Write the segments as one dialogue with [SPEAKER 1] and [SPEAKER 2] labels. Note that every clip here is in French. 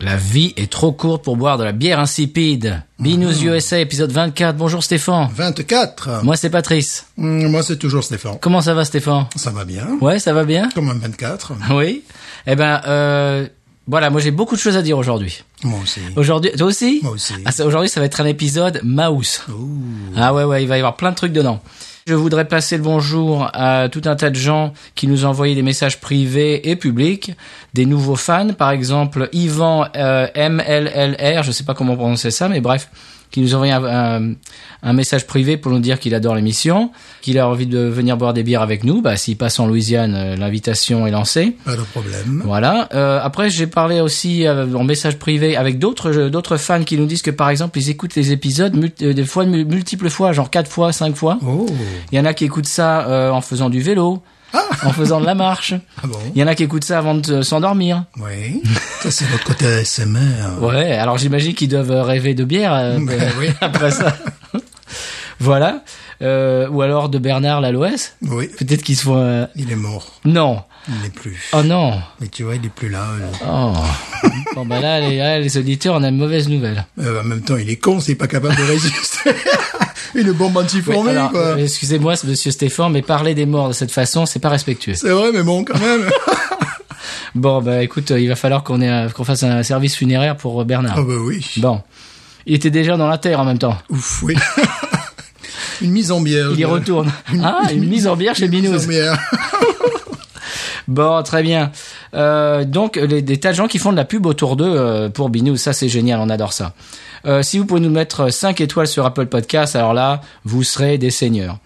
[SPEAKER 1] La vie est trop courte pour boire de la bière insipide.
[SPEAKER 2] Ah.
[SPEAKER 1] Binous USA, épisode 24. Bonjour Stéphane.
[SPEAKER 2] 24.
[SPEAKER 1] Moi c'est Patrice.
[SPEAKER 2] Mm, Moi, c'est toujours Stéphane.
[SPEAKER 1] Comment ça va Stéphane
[SPEAKER 2] Ça va bien.
[SPEAKER 1] Ouais, ça va bien
[SPEAKER 2] Comme un 24.
[SPEAKER 1] Oui. Eh ben, euh, voilà, moi j'ai beaucoup de choses à dire aujourd'hui.
[SPEAKER 2] Moi aussi.
[SPEAKER 1] Aujourd'hui, toi aussi
[SPEAKER 2] Moi aussi.
[SPEAKER 1] Ah, ça- aujourd'hui, ça va être un épisode Mouse.
[SPEAKER 2] Oh,
[SPEAKER 1] Ah ouais, ouais, il va y avoir plein de trucs dedans. Je voudrais passer le bonjour à tout un tas de gens qui nous envoyaient des messages privés et publics, des nouveaux fans, par exemple Yvan euh, MLLR, je sais pas comment prononcer ça, mais bref, qui nous envoyait un, un- un message privé pour nous dire qu'il adore l'émission, qu'il a envie de venir boire des bières avec nous. Bah, s'il passe en Louisiane, euh, l'invitation est lancée.
[SPEAKER 2] Pas de problème.
[SPEAKER 1] Voilà. Euh, après, j'ai parlé aussi euh, en message privé avec d'autres euh, d'autres fans qui nous disent que par exemple, ils écoutent les épisodes mul- euh, des fois mu- multiples fois, genre quatre fois, cinq fois.
[SPEAKER 2] Oh.
[SPEAKER 1] Il y en a qui écoutent ça euh, en faisant du vélo, en faisant de la marche.
[SPEAKER 2] Ah bon
[SPEAKER 1] Il y en a qui écoutent ça avant de euh, s'endormir.
[SPEAKER 2] Oui. Ça, c'est votre côté ASMR.
[SPEAKER 1] Ouais. Alors j'imagine qu'ils doivent euh, rêver de bière euh,
[SPEAKER 2] Ben oui.
[SPEAKER 1] après ça. voilà. Euh, ou alors de Bernard Laloès.
[SPEAKER 2] Oui.
[SPEAKER 1] Peut-être qu'ils se font. euh,
[SPEAKER 2] Il est mort.
[SPEAKER 1] Non.
[SPEAKER 2] Il n'est plus.
[SPEAKER 1] Oh non.
[SPEAKER 2] Mais tu vois, il est plus là. là.
[SPEAKER 1] Oh. bon bah là, les, là, les auditeurs, on a une mauvaise nouvelle.
[SPEAKER 2] Euh, en même temps, il est con, c'est pas capable de résister. il est bon
[SPEAKER 1] Oui,
[SPEAKER 2] mentiformé,
[SPEAKER 1] alors,
[SPEAKER 2] quoi.
[SPEAKER 1] euh, Excusez-moi, c'est monsieur Stéphane, mais parler des morts de cette façon, c'est pas respectueux.
[SPEAKER 2] C'est vrai, mais bon, quand même.
[SPEAKER 1] Bon, bah écoute, euh, il va falloir qu'on ait un- qu'on fasse un service funéraire pour euh, Bernard.
[SPEAKER 2] Ah bah oui.
[SPEAKER 1] Bon. Il était déjà dans la terre en même temps.
[SPEAKER 2] Ouf, oui. Une mise en bière.
[SPEAKER 1] Il y
[SPEAKER 2] je-
[SPEAKER 1] retourne. Ah, une mise en bière chez
[SPEAKER 2] Euh, Une mise
[SPEAKER 1] Binous.
[SPEAKER 2] en bière.
[SPEAKER 1] Bon, très bien. Euh, donc, les, des tas de gens qui font de la pub autour d'eux euh, pour Binous, ça c'est génial, on adore ça. Euh, si vous pouvez nous mettre 5 étoiles sur Apple Podcast, alors là, vous serez des seigneurs.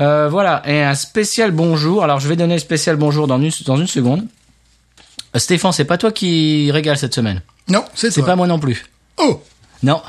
[SPEAKER 1] Euh, voilà, et un spécial bonjour. Alors, je vais donner le spécial bonjour dans une, dans une seconde. Euh, Stéphane, c'est pas toi qui régale cette semaine.
[SPEAKER 2] Non, c'est
[SPEAKER 1] C'est
[SPEAKER 2] toi.
[SPEAKER 1] pas moi non plus.
[SPEAKER 2] Oh,
[SPEAKER 1] Non.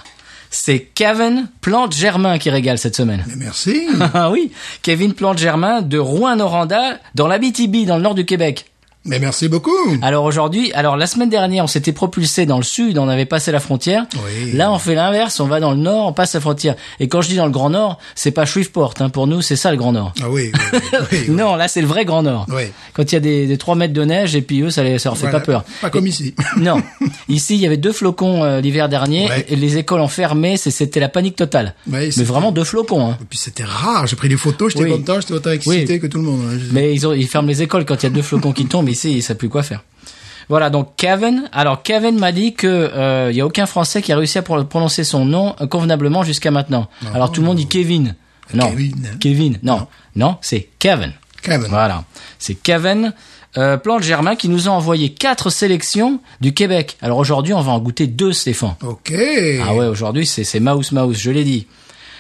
[SPEAKER 1] C'est Kevin Plante-Germain qui régale cette semaine.
[SPEAKER 2] mais merci.
[SPEAKER 1] Ah oui, Kevin Plante-Germain de Rouen-Noranda, dans l'Abitibi, dans le nord du Québec.
[SPEAKER 2] mais merci beaucoup.
[SPEAKER 1] Alors aujourd'hui, alors la semaine dernière, on s'était propulsé dans le sud, on avait passé la frontière.
[SPEAKER 2] Oui.
[SPEAKER 1] Là, on fait l'inverse, on va dans le nord, on passe la frontière. Et quand je dis dans le Grand Nord, c'est pas Shreveport, hein, pour nous, c'est ça le Grand Nord.
[SPEAKER 2] Ah oui, oui, oui, oui.
[SPEAKER 1] Non, là, c'est le vrai Grand Nord.
[SPEAKER 2] Oui.
[SPEAKER 1] Quand il y a des, des 3 mètres de neige, et puis eux, ça, les, ça leur fait
[SPEAKER 2] Voilà.
[SPEAKER 1] pas peur.
[SPEAKER 2] Pas comme ici.
[SPEAKER 1] Non. Ici, il y avait deux flocons euh, l'hiver dernier,
[SPEAKER 2] Ouais.
[SPEAKER 1] et, et les écoles ont fermé, c'est- c'était la panique totale.
[SPEAKER 2] Ouais,
[SPEAKER 1] Mais
[SPEAKER 2] c'était-
[SPEAKER 1] vraiment deux flocons, hein.
[SPEAKER 2] Et puis c'était rare, j'ai pris des photos, j'étais
[SPEAKER 1] Oui.
[SPEAKER 2] content, j'étais autant excité que tout le monde. hein. Je-
[SPEAKER 1] Mais ils, ont, ils ferment les écoles quand il y a deux flocons qui tombent. Ici, ils savent plus quoi faire. Voilà, donc Kevin. Alors Kevin m'a dit que euh, il y a aucun Français qui a réussi à pro- prononcer son nom euh, convenablement jusqu'à maintenant. Alors tout le monde dit Kevin. Non,
[SPEAKER 2] Kevin, hein.
[SPEAKER 1] Kevin. Non, non, c'est Kevin.
[SPEAKER 2] Kevin.
[SPEAKER 1] Voilà, c'est Kevin. Euh, Plante Germain qui nous a envoyé quatre sélections du Québec. Alors aujourd'hui, on va en goûter deux, Stéphane.
[SPEAKER 2] Ok.
[SPEAKER 1] Ah ouais, aujourd'hui, c'est c'est Mouse Mouse, je l'ai dit.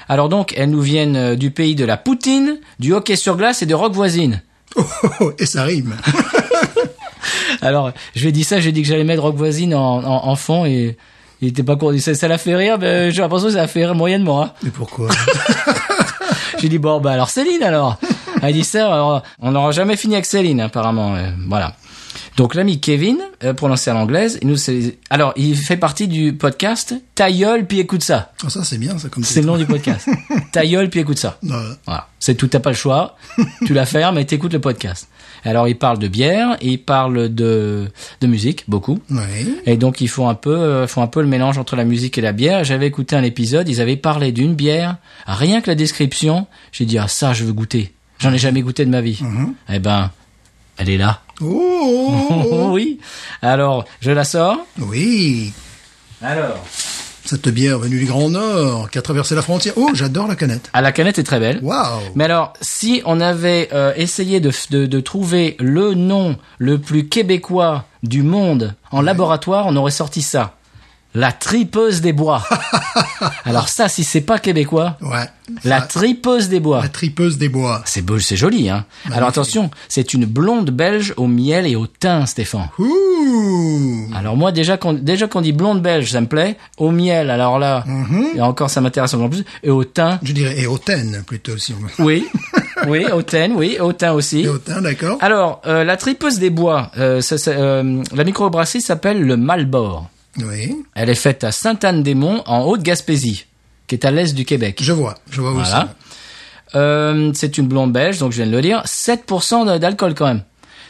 [SPEAKER 1] Alors donc, elles nous viennent euh, du pays de la poutine, du hockey sur glace et de rock voisine.
[SPEAKER 2] Oh, oh, oh, et ça rime.
[SPEAKER 1] Alors, je lui ai dit ça, j'ai dit que j'allais mettre Rock Voisine en, en, en fond et il était pas court. Ça, ça l'a fait rire, mais j'ai l'impression que ça l'a fait rire moyennement. Hein.
[SPEAKER 2] Mais pourquoi
[SPEAKER 1] J'ai dit, bon, bah alors Céline alors. Elle dit ça, alors, on n'aura jamais fini avec Céline apparemment. euh, voilà. Donc l'ami Kevin, euh, prononcé à l'anglaise, il nous, c'est- alors il fait partie du podcast Ta gueule puis écoute ça.
[SPEAKER 2] Ah, Ça c'est bien, ça comme Bah,
[SPEAKER 1] C'est le nom du podcast. Ta gueule puis écoute ça.
[SPEAKER 2] Voilà.
[SPEAKER 1] Voilà. C'est tout, t'as pas le choix. tu la fermes et t'écoutes le podcast. Alors il parle de bière, il parle de, de musique, beaucoup.
[SPEAKER 2] Oui.
[SPEAKER 1] Et donc ils font un peu, euh, font un peu le mélange entre la musique et la bière. J'avais écouté un épisode, ils avaient parlé d'une bière. Rien que la description, j'ai dit ah ça je veux goûter. J'en ai jamais goûté de ma vie. Eh ben, elle est là.
[SPEAKER 2] Oh, oh, oh.
[SPEAKER 1] oui. Alors je la sors.
[SPEAKER 2] Oui.
[SPEAKER 1] Alors.
[SPEAKER 2] Cette bière venue du Grand Nord, qui a traversé la frontière. Oh, j'adore la canette.
[SPEAKER 1] Ah, la canette est très belle.
[SPEAKER 2] Waouh.
[SPEAKER 1] Mais alors, si on avait euh, essayé de, f- de, de trouver le nom le plus québécois du monde en laboratoire, on aurait sorti ça. La tripeuse des bois. alors ça, si c'est pas québécois,
[SPEAKER 2] Ouais.
[SPEAKER 1] La
[SPEAKER 2] Ça,
[SPEAKER 1] tripeuse des bois.
[SPEAKER 2] la tripeuse des bois.
[SPEAKER 1] C'est beau, c'est joli, hein. Alors attention, c'est une blonde belge au miel et au thym, Stéphane.
[SPEAKER 2] Ouh.
[SPEAKER 1] Alors moi déjà qu'on déjà qu'on dit blonde belge, ça me plaît. Au miel, alors
[SPEAKER 2] Mhm.
[SPEAKER 1] là, et encore ça m'intéresse encore plus. Et au thym,
[SPEAKER 2] Je dirais éotaine plutôt si on veut.
[SPEAKER 1] oui. oui, Autun, oui, Autun aussi.
[SPEAKER 2] Et Autun, d'accord.
[SPEAKER 1] Alors, euh, la tripeuse des bois, euh, ça, ça, euh, la microbrasserie s'appelle le Malbord.
[SPEAKER 2] Oui.
[SPEAKER 1] Elle est faite à Sainte-Anne-des-Monts, en Haute-Gaspésie, qui est à l'est du Québec.
[SPEAKER 2] Je vois, je vois aussi.
[SPEAKER 1] Voilà. Euh, c'est une blonde belge, donc je viens de le dire. 7% de- d'alcool quand même.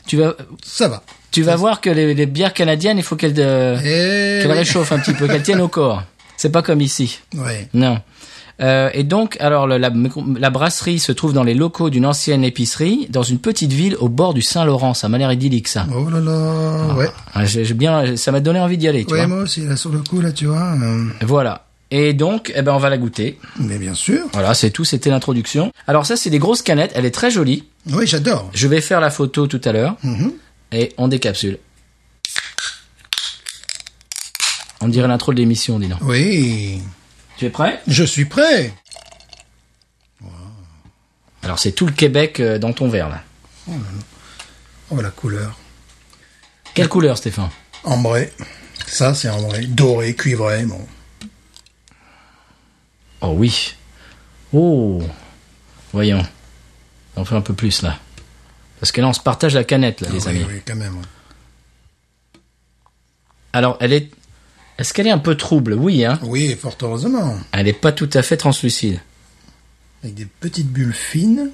[SPEAKER 1] Tu vas,
[SPEAKER 2] Ça va.
[SPEAKER 1] tu vas voir que les, les bières canadiennes, il faut qu'elles euh,
[SPEAKER 2] Et...
[SPEAKER 1] qu'elles réchauffent un petit peu, qu'elles tiennent au corps. C'est pas comme ici.
[SPEAKER 2] Ouais.
[SPEAKER 1] Non. Euh, et donc, alors le- la, la brasserie se trouve dans les locaux d'une ancienne épicerie, dans une petite ville au bord du Saint-Laurent. Ça m'a l'air idyllique, ça.
[SPEAKER 2] Oh là là. Ouais.
[SPEAKER 1] Ah, j'ai- j'ai bien, ça m'a donné envie d'y aller. Tu
[SPEAKER 2] Ouais,
[SPEAKER 1] vois.
[SPEAKER 2] moi aussi, là, sur le coup, là, tu vois. euh,
[SPEAKER 1] Voilà. Et donc, eh ben, on va la goûter.
[SPEAKER 2] Mais bien sûr.
[SPEAKER 1] Voilà, c'est tout. C'était l'introduction. Alors ça, c'est des grosses canettes. Elle est très jolie.
[SPEAKER 2] Oui, j'adore.
[SPEAKER 1] Je vais faire la photo tout à l'heure
[SPEAKER 2] Mhm.
[SPEAKER 1] et on décapsule. On dirait l'intro de l'émission, dis donc.
[SPEAKER 2] Oui.
[SPEAKER 1] Tu es prêt
[SPEAKER 2] Je suis prêt.
[SPEAKER 1] Alors c'est tout le Québec euh, dans ton verre là.
[SPEAKER 2] Oh, la couleur.
[SPEAKER 1] Quelle couleur, Stéphane
[SPEAKER 2] Ambré. Ça, c'est ambré. Doré, cuivré, bon.
[SPEAKER 1] Oh oui. Oh. Voyons. On fait un peu plus là. Parce que là, on se partage la canette là, les
[SPEAKER 2] Ah oui,
[SPEAKER 1] amis.
[SPEAKER 2] oui, quand même. ouais.
[SPEAKER 1] Alors, elle est. Est-ce qu'elle est un peu trouble Oui, hein.
[SPEAKER 2] Oui, fort heureusement.
[SPEAKER 1] Elle n'est pas tout à fait translucide.
[SPEAKER 2] Avec des petites bulles fines.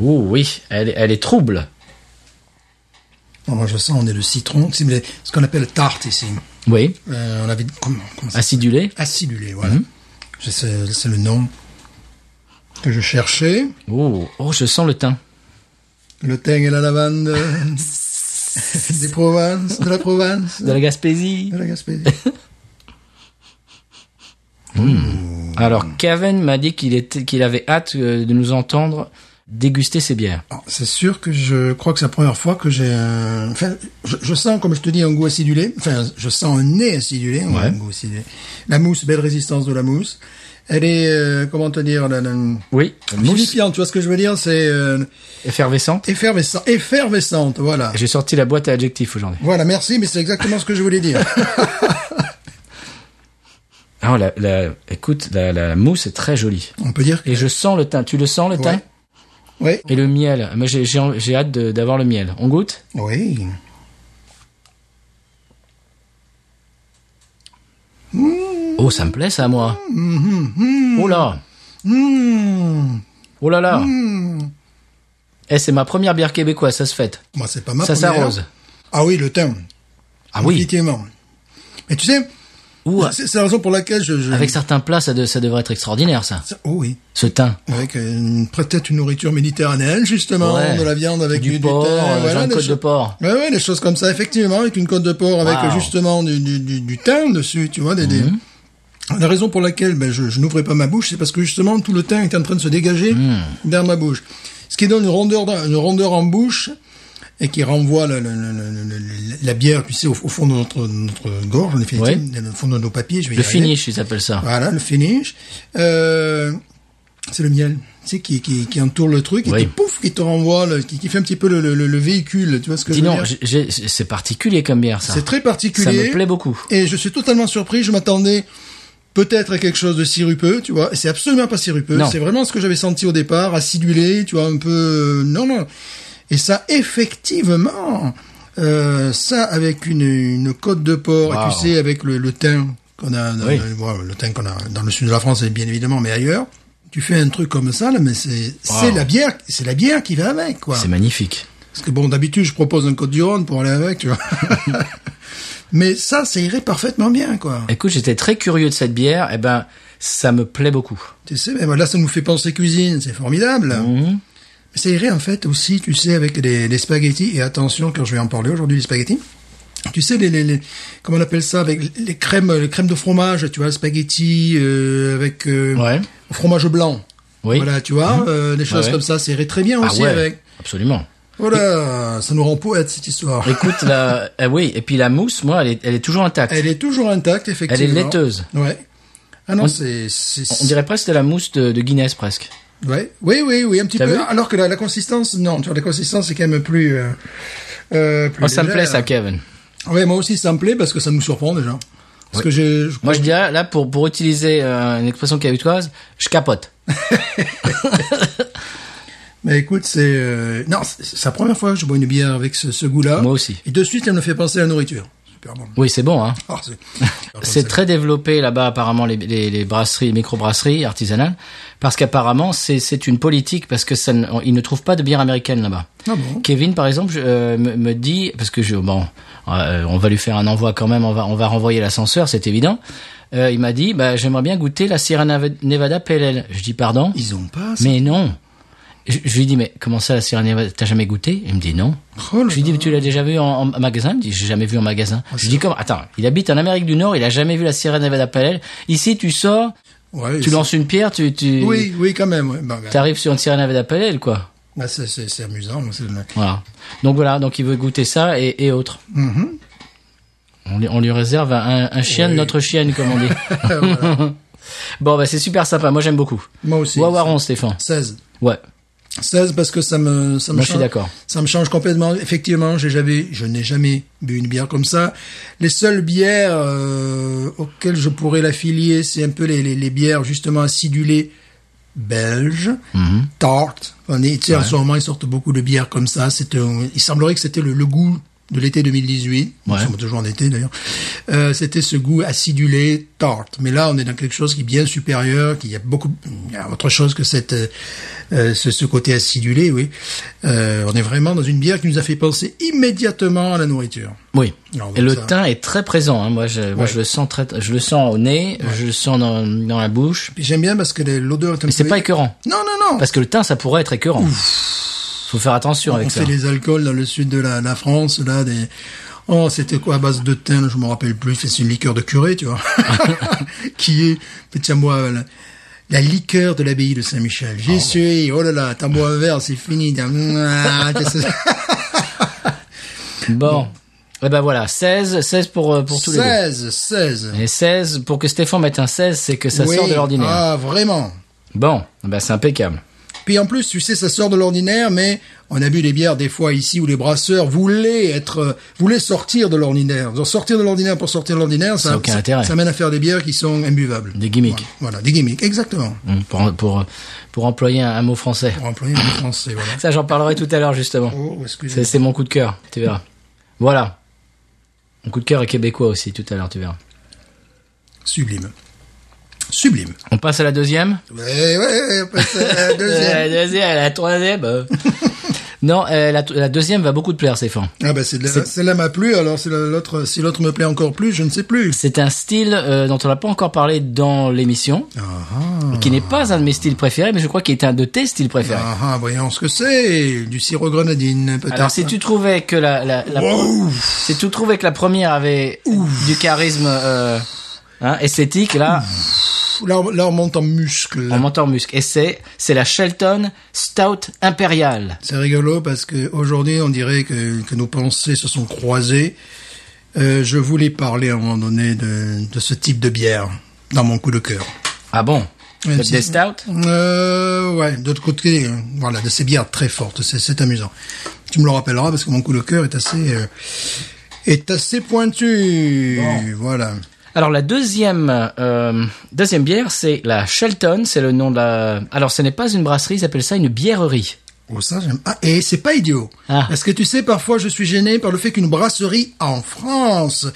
[SPEAKER 1] Oh oui, elle, est- elle est trouble.
[SPEAKER 2] Bon, moi, je sens, on est le citron. C'est les- ce qu'on appelle tarte ici.
[SPEAKER 1] Oui.
[SPEAKER 2] Euh, on avait. Comment, comment ça
[SPEAKER 1] Acidulée.
[SPEAKER 2] Acidulé, voilà. Je sais- C'est le nom que je cherchais.
[SPEAKER 1] Oh, oh, je sens le teint.
[SPEAKER 2] Le thym et la lavande des Provences, de la Provence,
[SPEAKER 1] De la Gaspésie.
[SPEAKER 2] de la Gaspésie.
[SPEAKER 1] Alors, Kevin m'a dit qu'il était, qu'il avait hâte euh, de nous entendre déguster ses bières.
[SPEAKER 2] Alors, C'est sûr que je crois que c'est la première fois que j'ai un... Enfin, je, je sens, comme je te dis, un goût acidulé. Enfin, je sens un nez acidulé. ouais, un goût acidulé. La mousse, belle résistance de la mousse. Elle est, euh, comment te dire, la, la,
[SPEAKER 1] Oui.
[SPEAKER 2] vivifiante, tu vois ce que je veux dire C'est euh,
[SPEAKER 1] Effervescente.
[SPEAKER 2] effervescent, effervescente, voilà.
[SPEAKER 1] J'ai sorti la boîte à adjectifs aujourd'hui.
[SPEAKER 2] Voilà, merci, mais c'est exactement ce que je voulais dire.
[SPEAKER 1] Ah, la, la, écoute, la, la mousse est très jolie.
[SPEAKER 2] On peut dire que...
[SPEAKER 1] Et je sens le teint. Tu le sens, le teint?
[SPEAKER 2] Oui.
[SPEAKER 1] Et le miel. Moi, j'ai, j'ai, en- j'ai hâte de- d'avoir le miel. On goûte?
[SPEAKER 2] Oui.
[SPEAKER 1] Oh, ça me plaît, ça, moi. Oh là.
[SPEAKER 2] Mmh.
[SPEAKER 1] Oh là là. Eh, c'est ma première bière québécoise, ça se fête.
[SPEAKER 2] Moi, c'est pas ma
[SPEAKER 1] Ça
[SPEAKER 2] première.
[SPEAKER 1] s'arrose.
[SPEAKER 2] Ah oui, le thym.
[SPEAKER 1] Ah oui.
[SPEAKER 2] Effectivement. Mais tu sais,
[SPEAKER 1] Ouh,
[SPEAKER 2] c'est c'est la raison pour laquelle je... je-
[SPEAKER 1] avec certains plats, ça, de- ça devrait être extraordinaire, ça.
[SPEAKER 2] Ça- Oh oui.
[SPEAKER 1] Ce teint.
[SPEAKER 2] Avec une- peut-être une nourriture méditerranéenne, justement,
[SPEAKER 1] Ouais.
[SPEAKER 2] de la viande avec
[SPEAKER 1] Du
[SPEAKER 2] du,
[SPEAKER 1] porc,
[SPEAKER 2] thym,
[SPEAKER 1] euh, genre une
[SPEAKER 2] des
[SPEAKER 1] côte de
[SPEAKER 2] choses-
[SPEAKER 1] porc.
[SPEAKER 2] Ouais, ouais, des choses comme ça, effectivement, avec une côte de porc, avec
[SPEAKER 1] Wow.
[SPEAKER 2] euh, justement du, du, du, du thym dessus, tu vois, des, des-
[SPEAKER 1] Mhm.
[SPEAKER 2] La raison pour laquelle ben, je, je n'ouvrais pas ma bouche, c'est parce que justement tout le thym est en train de se dégager
[SPEAKER 1] Mhm.
[SPEAKER 2] vers ma bouche, ce qui donne une rondeur, dans- une rondeur en bouche et qui renvoie le- le- le- le- le- le- la bière, tu sais, au, au fond de notre, notre gorge, en définitive, au fond de nos papiers. Je vais
[SPEAKER 1] Le
[SPEAKER 2] y Bah, arriver.
[SPEAKER 1] finish, ils appellent ça.
[SPEAKER 2] Voilà, le finish. Euh, c'est le miel, tu sais, qui, qui, qui entoure le truc et
[SPEAKER 1] Oui.
[SPEAKER 2] qui pouf, qui te renvoie, le- qui, qui fait un petit peu le, le, le véhicule, tu vois ce que
[SPEAKER 1] Dis
[SPEAKER 2] je veux
[SPEAKER 1] non,
[SPEAKER 2] dire
[SPEAKER 1] j'ai- j'ai- c'est particulier comme bière, ça.
[SPEAKER 2] C'est très particulier.
[SPEAKER 1] Ça me plaît beaucoup.
[SPEAKER 2] Et je suis totalement surpris, je m'attendais peut-être à quelque chose de sirupeux, tu vois, et c'est absolument pas sirupeux,
[SPEAKER 1] Non.
[SPEAKER 2] c'est vraiment ce que j'avais senti au départ, acidulé, tu vois, un peu... euh, Non, non. Et ça, effectivement, euh, ça avec une, une côte de porc, et
[SPEAKER 1] Wow.
[SPEAKER 2] tu sais, avec le, le thym qu'on a, dans-
[SPEAKER 1] Oui.
[SPEAKER 2] bon, le thym qu'on a dans le sud de la France, et bien évidemment, mais ailleurs, tu fais un truc comme ça, là, mais c'est c'est la bière, c'est la bière qui va avec, quoi.
[SPEAKER 1] C'est magnifique.
[SPEAKER 2] Parce que bon, d'habitude, je propose un Côte du Rhône pour aller avec, tu vois. Mais ça, ça irait parfaitement bien, quoi.
[SPEAKER 1] Écoute, j'étais très curieux de cette bière. Eh ben, ça me plaît beaucoup.
[SPEAKER 2] Tu sais, mais là, ça nous fait penser cuisine, c'est formidable.
[SPEAKER 1] Mhm.
[SPEAKER 2] Mais ça irait, en fait, aussi, tu sais, avec les, les spaghettis. Et attention, quand je vais en parler aujourd'hui, les spaghettis. Tu sais, les, les, les- comment on appelle ça, avec les crèmes, les crèmes de fromage, tu vois, les spaghettis, euh, avec, euh,
[SPEAKER 1] Ouais.
[SPEAKER 2] fromage blanc.
[SPEAKER 1] Oui. Mhm.
[SPEAKER 2] Voilà, tu vois, euh, des choses
[SPEAKER 1] Ouais.
[SPEAKER 2] comme ça, ça irait très bien
[SPEAKER 1] Ah
[SPEAKER 2] aussi
[SPEAKER 1] ouais,
[SPEAKER 2] avec.
[SPEAKER 1] Absolument.
[SPEAKER 2] Voilà, ça nous rend poète, cette histoire.
[SPEAKER 1] Écoute, la, eh oui, et puis la mousse, moi, elle est, elle est toujours intacte.
[SPEAKER 2] Elle est toujours intacte, effectivement.
[SPEAKER 1] laiteuse.
[SPEAKER 2] Ouais. Ah non,
[SPEAKER 1] On-
[SPEAKER 2] c'est... c'est-
[SPEAKER 1] On dirait presque de la mousse de, de Guinness, presque.
[SPEAKER 2] Ouais. Oui, oui, oui, un petit
[SPEAKER 1] T'as
[SPEAKER 2] peu.
[SPEAKER 1] vu
[SPEAKER 2] Alors que la, la consistance, non, tu vois, la consistance c'est quand même plus... Euh, euh, plus
[SPEAKER 1] Oh, ça me plaît,
[SPEAKER 2] légère.
[SPEAKER 1] ça, Kevin.
[SPEAKER 2] Ouais, moi aussi, ça me plaît parce que ça nous surprend déjà. Parce que j'ai... je-
[SPEAKER 1] ah, Moi, je dirais, là, pour, pour utiliser euh, une expression québécoise, je capote.
[SPEAKER 2] Mais écoute, c'est euh, non, c'est c'est la première fois que je bois une bière avec ce, ce goût-là.
[SPEAKER 1] Moi aussi.
[SPEAKER 2] Et de suite, elle me fait penser à la nourriture. Super bon.
[SPEAKER 1] Oui, c'est bon, hein.
[SPEAKER 2] Ah, c'est
[SPEAKER 1] C'est très développé là-bas apparemment les, les, les brasseries, les microbrasseries artisanales, parce qu'apparemment c'est c'est une politique parce que ça ne- on- ils ne trouvent pas de bière américaine là-bas.
[SPEAKER 2] Ah bon
[SPEAKER 1] Kevin par exemple je- euh, me, me dit parce que je bon euh, on va lui faire un envoi quand même on va on va renvoyer l'ascenseur c'est évident. Euh, il m'a dit bah j'aimerais bien goûter la Sierra Neve- Nevada PLL. Je dis pardon.
[SPEAKER 2] Ils ont pas. ça.
[SPEAKER 1] Mais non. Je, je lui dis mais comment ça la Sierra Nevada t'as jamais goûté Il me dit non.
[SPEAKER 2] Oh là
[SPEAKER 1] Je lui dis, mais tu l'as déjà vu en, en magasin Il me dit, j'ai jamais vu en magasin. je dis, comment Attends, il habite en Amérique du Nord, il a jamais vu la Sierra Nevada Parallel. Ici, tu sors,
[SPEAKER 2] là. Ouais,
[SPEAKER 1] tu
[SPEAKER 2] c'est-
[SPEAKER 1] lances une pierre, tu, tu
[SPEAKER 2] Oui, oui, quand même. ouais. Bah, bah,
[SPEAKER 1] arrives sur une Sierra Nevada Parallel, quoi.
[SPEAKER 2] bah, c'est- c'est c'est amusant. c'est-
[SPEAKER 1] Voilà. Donc voilà, donc il veut goûter ça et, et autres.
[SPEAKER 2] Mhm.
[SPEAKER 1] On lui, on lui réserve un, un chien de
[SPEAKER 2] Oui.
[SPEAKER 1] notre chienne, comme on dit.
[SPEAKER 2] Voilà.
[SPEAKER 1] bon, bah c'est super sympa, moi j'aime beaucoup.
[SPEAKER 2] Moi aussi.
[SPEAKER 1] Wawaron, Stéphane.
[SPEAKER 2] 16.
[SPEAKER 1] Ouais,
[SPEAKER 2] 16 parce que ça me ça me
[SPEAKER 1] Moi, je suis
[SPEAKER 2] change-
[SPEAKER 1] d'accord.
[SPEAKER 2] Ça me change complètement. Effectivement, j'ai jamais je n'ai jamais bu une bière comme ça. Les seules bières euh, auxquelles je pourrais l'affilier, c'est un peu les, les, les bières justement acidulées belges,
[SPEAKER 1] Mhm.
[SPEAKER 2] tartes. On est, tu sais, en ce moment, ils sortent beaucoup de bières comme ça. C'est un- il semblerait que c'était le, le goût de l'été 2018. Nous
[SPEAKER 1] Ouais.
[SPEAKER 2] sommes toujours en été d'ailleurs. Euh, c'était ce goût acidulé tarte. Mais là, on est dans quelque chose qui est bien supérieur, qui y a beaucoup, il y a autre chose que cette, euh, euh, ce, ce côté acidulé, oui. Euh, on est vraiment dans une bière qui nous a fait penser immédiatement à la nourriture.
[SPEAKER 1] oui.
[SPEAKER 2] Alors, donc
[SPEAKER 1] Et le
[SPEAKER 2] ça-
[SPEAKER 1] teint est très présent. hein. Moi, je, moi,
[SPEAKER 2] Ouais.
[SPEAKER 1] je le sens très, je le sens au nez, je le sens dans, dans la bouche.
[SPEAKER 2] Puis J'aime bien parce que les- l'odeur est un
[SPEAKER 1] Mais c'est
[SPEAKER 2] peu-
[SPEAKER 1] pas écœurant.
[SPEAKER 2] Non, non, non.
[SPEAKER 1] Parce que le teint, ça pourrait être écœurant. Faut faire attention
[SPEAKER 2] on
[SPEAKER 1] avec ça.
[SPEAKER 2] fait les alcools dans le sud de la, la France, là, des... Oh, c'était quoi à base de thym là, Je me rappelle plus. C'est une liqueur de curé, tu vois. qui est, mais tiens moi, la, la liqueur de l'abbaye de Saint-Michel.
[SPEAKER 1] Ah.
[SPEAKER 2] J'y suis. Oh là là, t'as bois un verre, c'est fini. T'as- Mouah, t'as-
[SPEAKER 1] Bon. Eh ben voilà, 16, 16 pour, euh, pour tous les
[SPEAKER 2] 16, 16.
[SPEAKER 1] deux. Et 16, pour que Stéphane mette un 16, c'est que ça
[SPEAKER 2] Oui.
[SPEAKER 1] sort de l'ordinaire.
[SPEAKER 2] Ah, vraiment.
[SPEAKER 1] Bon, ben c'est impeccable.
[SPEAKER 2] Puis en plus, tu sais, ça sort de l'ordinaire, mais on a bu des bières des fois ici où les brasseurs voulaient être, euh, voulaient sortir de l'ordinaire. Donc, Sortir de l'ordinaire pour sortir de l'ordinaire, ça,
[SPEAKER 1] Ça a aucun
[SPEAKER 2] ça-
[SPEAKER 1] intérêt.
[SPEAKER 2] ça mène à faire des bières qui sont imbuvables.
[SPEAKER 1] Des gimmicks.
[SPEAKER 2] Voilà, des gimmicks, exactement.
[SPEAKER 1] Mm, Pour, pour, pour employer un, un mot français.
[SPEAKER 2] Pour employer le français, voilà.
[SPEAKER 1] Ça, j'en parlerai tout à l'heure, justement.
[SPEAKER 2] Oh,
[SPEAKER 1] C'est
[SPEAKER 2] excusez.
[SPEAKER 1] c'est mon coup de cœur, tu verras. Voilà. Mon coup de cœur est québécois aussi, tout à l'heure, tu verras.
[SPEAKER 2] Sublime. Sublime.
[SPEAKER 1] On passe à la deuxième
[SPEAKER 2] Ouais, ouais, ouais, on passe à la
[SPEAKER 1] Euh,
[SPEAKER 2] deuxième.
[SPEAKER 1] La deuxième, la troisième. euh. non, euh, la, la deuxième va beaucoup te plaire, Stéphane.
[SPEAKER 2] Ah, bah, c'est de la- celle-là m'a plu, alors c'est la- l'autre, si l'autre me plaît encore plus, je ne sais plus.
[SPEAKER 1] C'est un style euh, dont on n'a pas encore parlé dans l'émission,
[SPEAKER 2] Ah, ah,
[SPEAKER 1] qui n'est pas un de mes styles préférés, mais je crois qu'il est un de tes styles préférés.
[SPEAKER 2] ah, ah, voyons ce que c'est. Du sirop grenadine, peut-être.
[SPEAKER 1] Alors si tu trouvais que la, la, la-
[SPEAKER 2] Wow.
[SPEAKER 1] si tu trouvais que la première avait du charisme euh, hein, esthétique, là
[SPEAKER 2] Là, on- là, on monte en muscle.
[SPEAKER 1] on m'entend muscle. Et c'est c'est la Shelton Stout Impériale.
[SPEAKER 2] C'est rigolo parce que aujourd'hui, on dirait que, que nos pensées se sont croisées. Euh, je voulais parler à un moment donné de, de ce type de bière dans mon coup de cœur.
[SPEAKER 1] Ah bon
[SPEAKER 2] Même
[SPEAKER 1] Des
[SPEAKER 2] si-
[SPEAKER 1] stouts
[SPEAKER 2] Euh, ouais, d'autre côté, euh, voilà, de ces bières très fortes, c'est, c'est amusant. Tu me le rappelleras parce que mon coup de cœur est assez, euh, est assez pointu. Voilà.
[SPEAKER 1] Alors la deuxième euh, deuxième bière, c'est la Shelton. C'est le nom de la. Alors ce n'est pas une brasserie, ils appellent ça une bièrerie.
[SPEAKER 2] Oh, ça, j'aime. Ah, et c'est pas idiot.
[SPEAKER 1] Ah.
[SPEAKER 2] Parce que tu sais, parfois, je suis gêné par le fait qu'une brasserie en France,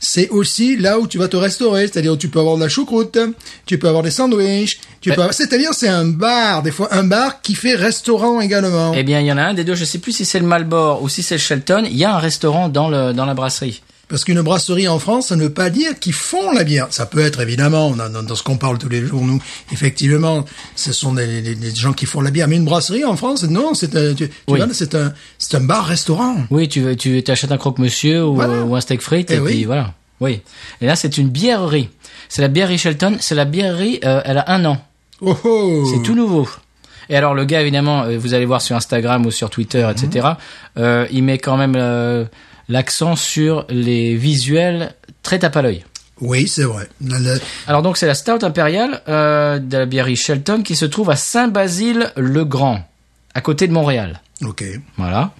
[SPEAKER 2] c'est aussi là où tu vas te restaurer. C'est-à-dire où tu peux avoir de la choucroute, tu peux avoir des sandwichs, tu peux avoir... C'est-à-dire, c'est un bar, des fois, un bar qui fait restaurant également.
[SPEAKER 1] Eh bien, il y en a un des deux. Je sais plus si c'est le Malbor ou si c'est le Shelton. Il y a un restaurant dans le dans la brasserie.
[SPEAKER 2] Parce qu'une brasserie en France, ça ne veut pas dire qu'ils font la bière. Ça peut être évidemment, dans, dans- dans ce qu'on parle tous les jours, nous, effectivement, ce sont des, des- des gens qui font la bière. Mais une brasserie en France, non, c'est un, tu- tu
[SPEAKER 1] Oui.
[SPEAKER 2] vois, c'est un, c'est un bar-restaurant.
[SPEAKER 1] Oui, tu veux- tu t'achètes un croque-monsieur ou, euh,
[SPEAKER 2] Voilà.
[SPEAKER 1] ou un steak frites et,
[SPEAKER 2] Eh oui.
[SPEAKER 1] puis voilà. Oui. Et là, c'est une bièrerie. C'est la bièrerie Shelton. C'est la bièrerie. euh, elle a un an.
[SPEAKER 2] Oh, oh.
[SPEAKER 1] C'est tout nouveau. Et alors le gars, évidemment, euh, vous allez voir sur Instagram ou sur Twitter, etc.
[SPEAKER 2] Mhm.
[SPEAKER 1] euh, il met quand même euh, l'accent sur les visuels très tape à l'œil.
[SPEAKER 2] Oui, c'est vrai. La- la-
[SPEAKER 1] Alors donc c'est la Stout impériale euh, de la bière Shelton qui se trouve à Saint-Basile-le-Grand, à côté de Montréal.
[SPEAKER 2] Ok.
[SPEAKER 1] oh, Voilà.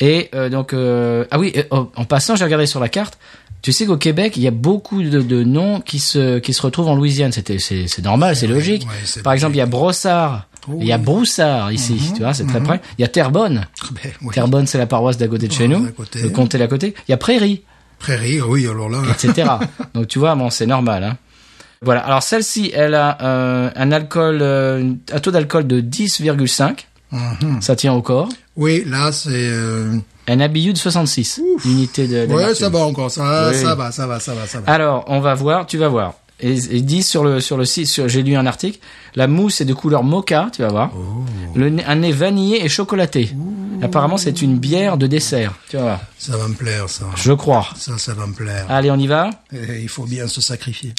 [SPEAKER 1] Et euh, donc euh, ah oui, euh, en en passant, j'ai regardé sur la carte. Tu sais qu'au Québec, il y a beaucoup de, de noms qui se, qui se retrouvent en Louisiane. C'était- C'est c'est normal, c'est logique.
[SPEAKER 2] ouais, c'est
[SPEAKER 1] Par exemple, il y a Brossard.
[SPEAKER 2] Oh
[SPEAKER 1] Il y a Broussard ici, tu vois, c'est très près. Il y a Terrebonne.
[SPEAKER 2] Ben, oui.
[SPEAKER 1] Terrebonne, c'est la paroisse d'à côté de chez
[SPEAKER 2] Ouais,
[SPEAKER 1] nous.
[SPEAKER 2] d'à côté.
[SPEAKER 1] Le comté d'à côté. Il y a Prairie,
[SPEAKER 2] Prairie, oui, alors là.
[SPEAKER 1] etc. Donc tu vois, bon, c'est normal. Hein. Voilà. Alors celle-ci, elle a euh, un alcool, euh, un taux d'alcool de 10,5.
[SPEAKER 2] Mhm.
[SPEAKER 1] Ça tient au corps.
[SPEAKER 2] Oui, là, c'est. euh,
[SPEAKER 1] Un habillu de 66. Unité de. de
[SPEAKER 2] Ouais,
[SPEAKER 1] marque.
[SPEAKER 2] ça va encore, ça,
[SPEAKER 1] Oui. Ah.
[SPEAKER 2] ça va, ça va, ça va, ça va.
[SPEAKER 1] Alors, on va voir, tu vas voir. Et, et dit sur le sur le site, sur- j'ai lu un article, la mousse est de couleur mocha, tu vas voir.
[SPEAKER 2] Oh.
[SPEAKER 1] Le nez- un nez vanillé et chocolaté. Apparemment, c'est une bière de dessert, tu vas voir.
[SPEAKER 2] Ça va me plaire, ça.
[SPEAKER 1] Je crois.
[SPEAKER 2] Ça, ça va me plaire.
[SPEAKER 1] Allez, on y va
[SPEAKER 2] Et il faut bien se sacrifier.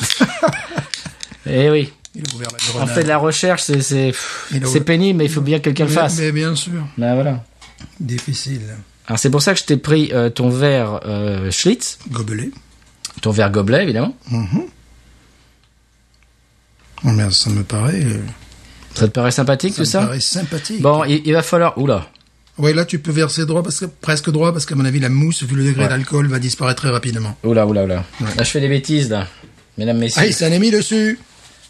[SPEAKER 1] Eh oui,
[SPEAKER 2] Il a ouvert la
[SPEAKER 1] on
[SPEAKER 2] grenade.
[SPEAKER 1] fait de la recherche, c'est c'est pff,
[SPEAKER 2] Il a-
[SPEAKER 1] c'est pénible, mais il faut bien que quelqu'un le
[SPEAKER 2] Mais-
[SPEAKER 1] fasse.
[SPEAKER 2] Mais, bien sûr,
[SPEAKER 1] Ben voilà.
[SPEAKER 2] difficile.
[SPEAKER 1] Alors c'est pour ça que je t'ai pris euh, ton verre euh, Schlitz,
[SPEAKER 2] Gobelet.
[SPEAKER 1] ton verre gobelet évidemment.
[SPEAKER 2] Mhm. Oh merde, ça me paraît. euh,
[SPEAKER 1] Ça te paraît sympathique tout
[SPEAKER 2] me
[SPEAKER 1] ça
[SPEAKER 2] paraît sympathique.
[SPEAKER 1] Bon, il, il va falloir. Oula.
[SPEAKER 2] Oui, là, tu peux verser droit, parce que, presque droit, parce qu'à mon avis, la mousse, vu le degré d'alcool, va disparaître très rapidement.
[SPEAKER 1] Oula, oula, oula. Là, je fais des bêtises, là. Mesdames,
[SPEAKER 2] Ah,
[SPEAKER 1] messieurs.
[SPEAKER 2] il s'en est mis dessus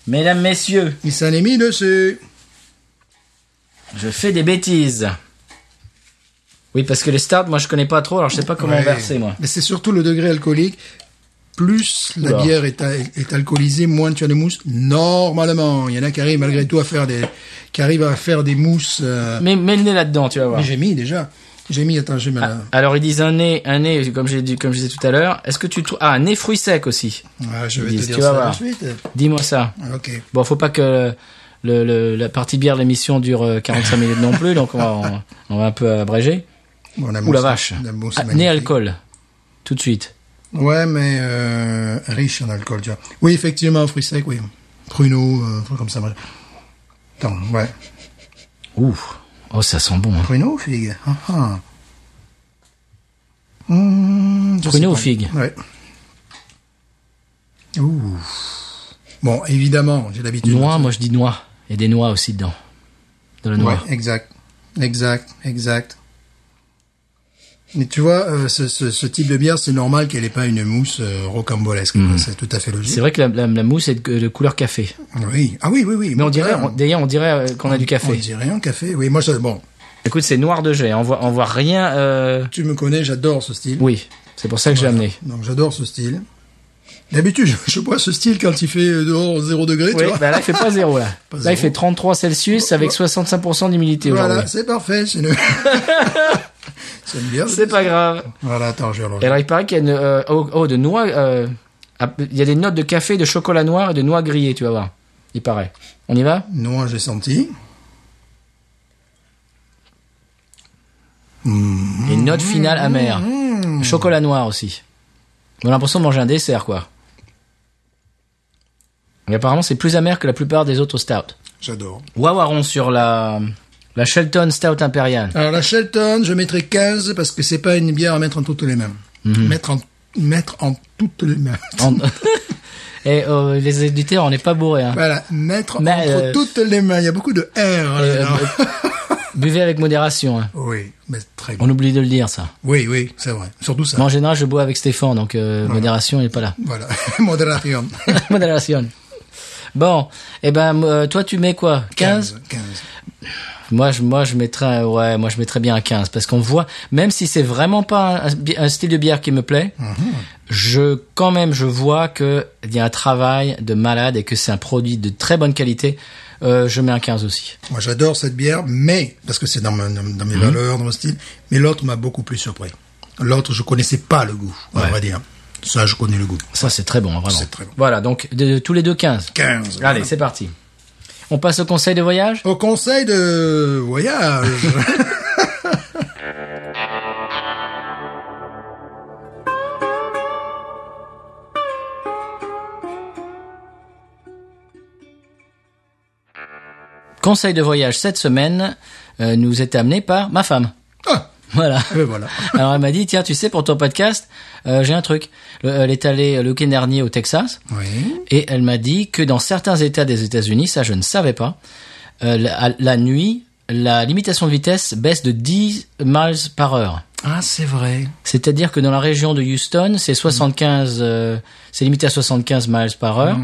[SPEAKER 1] Mesdames, messieurs,
[SPEAKER 2] Il s'en est mis dessus
[SPEAKER 1] je fais des bêtises. Oui, parce que les starts, moi, je connais pas trop, alors je sais pas comment
[SPEAKER 2] Ouais.
[SPEAKER 1] verser, moi.
[SPEAKER 2] Mais c'est surtout le degré alcoolique. Plus la
[SPEAKER 1] Oula.
[SPEAKER 2] bière est, a- est alcoolisée, moins tu as de mousse. Normalement, il y en a qui arrivent malgré tout à faire des, qui arrivent à faire des mousses. euh,
[SPEAKER 1] Mais mets le nez là-dedans, tu vas voir.
[SPEAKER 2] Mais j'ai mis déjà. J'ai mis, attends, j'ai mal. à-
[SPEAKER 1] Alors, ils disent un nez, un nez, comme j'ai dit, comme je disais tout à l'heure. Est-ce que tu trouves, ah, un nez fruits secs aussi.
[SPEAKER 2] Ah, je vais
[SPEAKER 1] Ils
[SPEAKER 2] te
[SPEAKER 1] disent,
[SPEAKER 2] dire
[SPEAKER 1] tu vas
[SPEAKER 2] ça
[SPEAKER 1] voir.
[SPEAKER 2] tout de suite.
[SPEAKER 1] Dis-moi ça.
[SPEAKER 2] Ah, Ok.
[SPEAKER 1] Bon, faut pas que le, le- la partie bière de l'émission dure euh, 45 minutes non plus, donc on va, on, on va un peu abréger.
[SPEAKER 2] Bon, la
[SPEAKER 1] Ouh la
[SPEAKER 2] mousse-
[SPEAKER 1] vache.
[SPEAKER 2] la mousse
[SPEAKER 1] Ah,
[SPEAKER 2] est
[SPEAKER 1] nez
[SPEAKER 2] magnifique.
[SPEAKER 1] alcool. Tout de suite.
[SPEAKER 2] Ouais, mais euh, riche en alcool, tu vois. Oui, effectivement, fruits secs, oui. Pruneaux, euh, trucs comme ça. bref. Attends, ouais.
[SPEAKER 1] Ouh. Oh, ça sent bon, hein.
[SPEAKER 2] Pruneaux ou figues ah, ah. Mmh, je sais
[SPEAKER 1] Pruneaux ou
[SPEAKER 2] pas.
[SPEAKER 1] figues
[SPEAKER 2] Ouais. Ouh. Bon, évidemment, j'ai l'habitude.
[SPEAKER 1] Noix, moi je dis noix. Il y a des noix aussi dedans. Dans la noix.
[SPEAKER 2] Ouais, exact. Exact, exact. Mais tu vois, euh, ce, ce- ce type de bière, c'est normal qu'elle n'ait pas une mousse euh, rocambolesque.
[SPEAKER 1] Mhm.
[SPEAKER 2] C'est tout à fait logique.
[SPEAKER 1] C'est vrai que la, la- la mousse est de, de couleur café.
[SPEAKER 2] Oui. Ah oui, oui, oui.
[SPEAKER 1] Mais on dirait,
[SPEAKER 2] Voilà.
[SPEAKER 1] on- d'ailleurs, on dirait euh, qu'on a du
[SPEAKER 2] On
[SPEAKER 1] café.
[SPEAKER 2] dirait un café. Oui, moi, ça, bon,
[SPEAKER 1] Écoute, c'est noir de jet. hein. On voit, on voit rien. euh,
[SPEAKER 2] tu me connais, j'adore ce style.
[SPEAKER 1] Oui, c'est pour ça que je l'ai amené.
[SPEAKER 2] Donc, j'adore ce style. D'habitude, je, je bois ce style quand il fait euh, dehors 0 degré, tu
[SPEAKER 1] Oui,
[SPEAKER 2] vois.
[SPEAKER 1] bah là, il fait pas zéro là.
[SPEAKER 2] Pas
[SPEAKER 1] là, il
[SPEAKER 2] zéro.
[SPEAKER 1] fait 33 Celsius avec 65% d'humidité
[SPEAKER 2] voilà,
[SPEAKER 1] aujourd'hui.
[SPEAKER 2] c'est parfait. C'est une... c'est une bière.
[SPEAKER 1] C'est pas grave.
[SPEAKER 2] Voilà, attends, je vais
[SPEAKER 1] Et
[SPEAKER 2] relever.
[SPEAKER 1] alors, il paraît qu'il y a une, euh, oh, oh, de noix. euh, ah, il y a des notes de café, de chocolat noir et de noix grillées, tu vas voir. Il paraît. On y va
[SPEAKER 2] Noix, j'ai senti.
[SPEAKER 1] Et note finale amère.
[SPEAKER 2] Mmh,
[SPEAKER 1] Chocolat noir aussi. On a l'impression de manger un dessert, quoi. Et apparemment, c'est plus amer que la plupart des autres stouts.
[SPEAKER 2] J'adore.
[SPEAKER 1] Wawaron sur la, la Shelton Stout Impériale.
[SPEAKER 2] Alors, la Shelton, je mettrai 15 parce que c'est pas une bière à mettre en toutes les mains. Mettre en, mettre en toutes les mains.
[SPEAKER 1] Mhm. En- Et euh, les éditeurs, on n'est pas bourrés. Hein.
[SPEAKER 2] Voilà, mettre
[SPEAKER 1] Mais,
[SPEAKER 2] entre
[SPEAKER 1] euh,
[SPEAKER 2] toutes les mains. Il y a beaucoup de R. là-dedans.
[SPEAKER 1] Buvez avec modération. hein.
[SPEAKER 2] Oui, mais très bien.
[SPEAKER 1] On oublie de le dire, ça.
[SPEAKER 2] Oui, oui, c'est vrai. Surtout ça.
[SPEAKER 1] Moi, en général, je bois avec Stéphane, donc euh, modération, il n'est pas là.
[SPEAKER 2] Voilà, modération.
[SPEAKER 1] modération. Bon, et ben, euh, toi, tu mets quoi 15
[SPEAKER 2] 15.
[SPEAKER 1] Moi, je, moi, je mettrais, ouais, moi, je mettrais bien un 15 parce qu'on voit, même si c'est vraiment pas un, un bi- un style de bière qui me plaît,
[SPEAKER 2] Mhm.
[SPEAKER 1] je, quand même, je vois que il y a un travail de malade et que c'est un produit de très bonne qualité. Euh, je mets un 15 aussi.
[SPEAKER 2] Moi, j'adore cette bière, mais, parce que c'est dans, ma- dans-
[SPEAKER 1] Mhm.
[SPEAKER 2] dans mes valeurs, dans mon style, mais l'autre m'a beaucoup plus surpris. L'autre, je connaissais pas le goût, on va dire. Ça, je connais le goût.
[SPEAKER 1] Ça, c'est très bon, hein, vraiment.
[SPEAKER 2] C'est très bon.
[SPEAKER 1] Voilà, donc de, de- tous les deux 15.
[SPEAKER 2] 15.
[SPEAKER 1] Allez, c'est parti. On passe au conseil de voyage.
[SPEAKER 2] Au conseil de voyage.
[SPEAKER 1] Conseil de voyage cette semaine euh, nous est amené par ma femme.
[SPEAKER 2] ah,
[SPEAKER 1] Voilà.
[SPEAKER 2] et ben voilà.
[SPEAKER 1] Alors elle m'a dit tiens tu sais pour ton podcast euh, j'ai un truc. Le- elle est allée euh, le week-end dernier au Texas
[SPEAKER 2] Oui.
[SPEAKER 1] et elle m'a dit que dans certains États des États-Unis ça je ne savais pas euh, la, la nuit la limitation de vitesse baisse de 10 miles par heure.
[SPEAKER 2] Ah, c'est vrai.
[SPEAKER 1] C'est-à-dire que dans la région de Houston, c'est 75, euh, c'est limité à 75 miles par heure.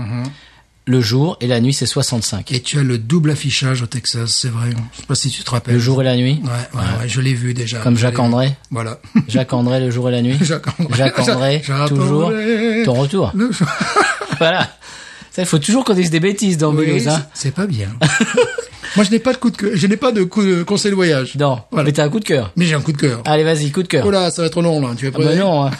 [SPEAKER 1] Le jour et la nuit, c'est 65.
[SPEAKER 2] Et tu as le double affichage au Texas, c'est vrai. Je sais pas si tu te rappelles.
[SPEAKER 1] Le jour et la nuit,
[SPEAKER 2] Ouais, ouais, ouais, je l'ai vu déjà.
[SPEAKER 1] comme
[SPEAKER 2] Je l'ai
[SPEAKER 1] Jacques
[SPEAKER 2] vu.
[SPEAKER 1] André.
[SPEAKER 2] Voilà.
[SPEAKER 1] Jacques André, le jour et la nuit.
[SPEAKER 2] Jacques André.
[SPEAKER 1] Jacques André,
[SPEAKER 2] Jacques
[SPEAKER 1] toujours.
[SPEAKER 2] André.
[SPEAKER 1] Ton retour.
[SPEAKER 2] Le-
[SPEAKER 1] Voilà. Ça, il faut toujours qu'on dise des bêtises dans
[SPEAKER 2] Oui,
[SPEAKER 1] Mulhouse, hein.
[SPEAKER 2] c'est pas bien. Moi, je n'ai pas de coup de cœur. Je n'ai pas de coup de conseil de voyage.
[SPEAKER 1] Non,
[SPEAKER 2] Voilà.
[SPEAKER 1] mais t'as un coup de cœur.
[SPEAKER 2] Mais j'ai un coup de cœur.
[SPEAKER 1] Allez, vas-y, coup de cœur.
[SPEAKER 2] Oh là, ça va être long, là. Tu es
[SPEAKER 1] Ah
[SPEAKER 2] prêt
[SPEAKER 1] bah non, hein.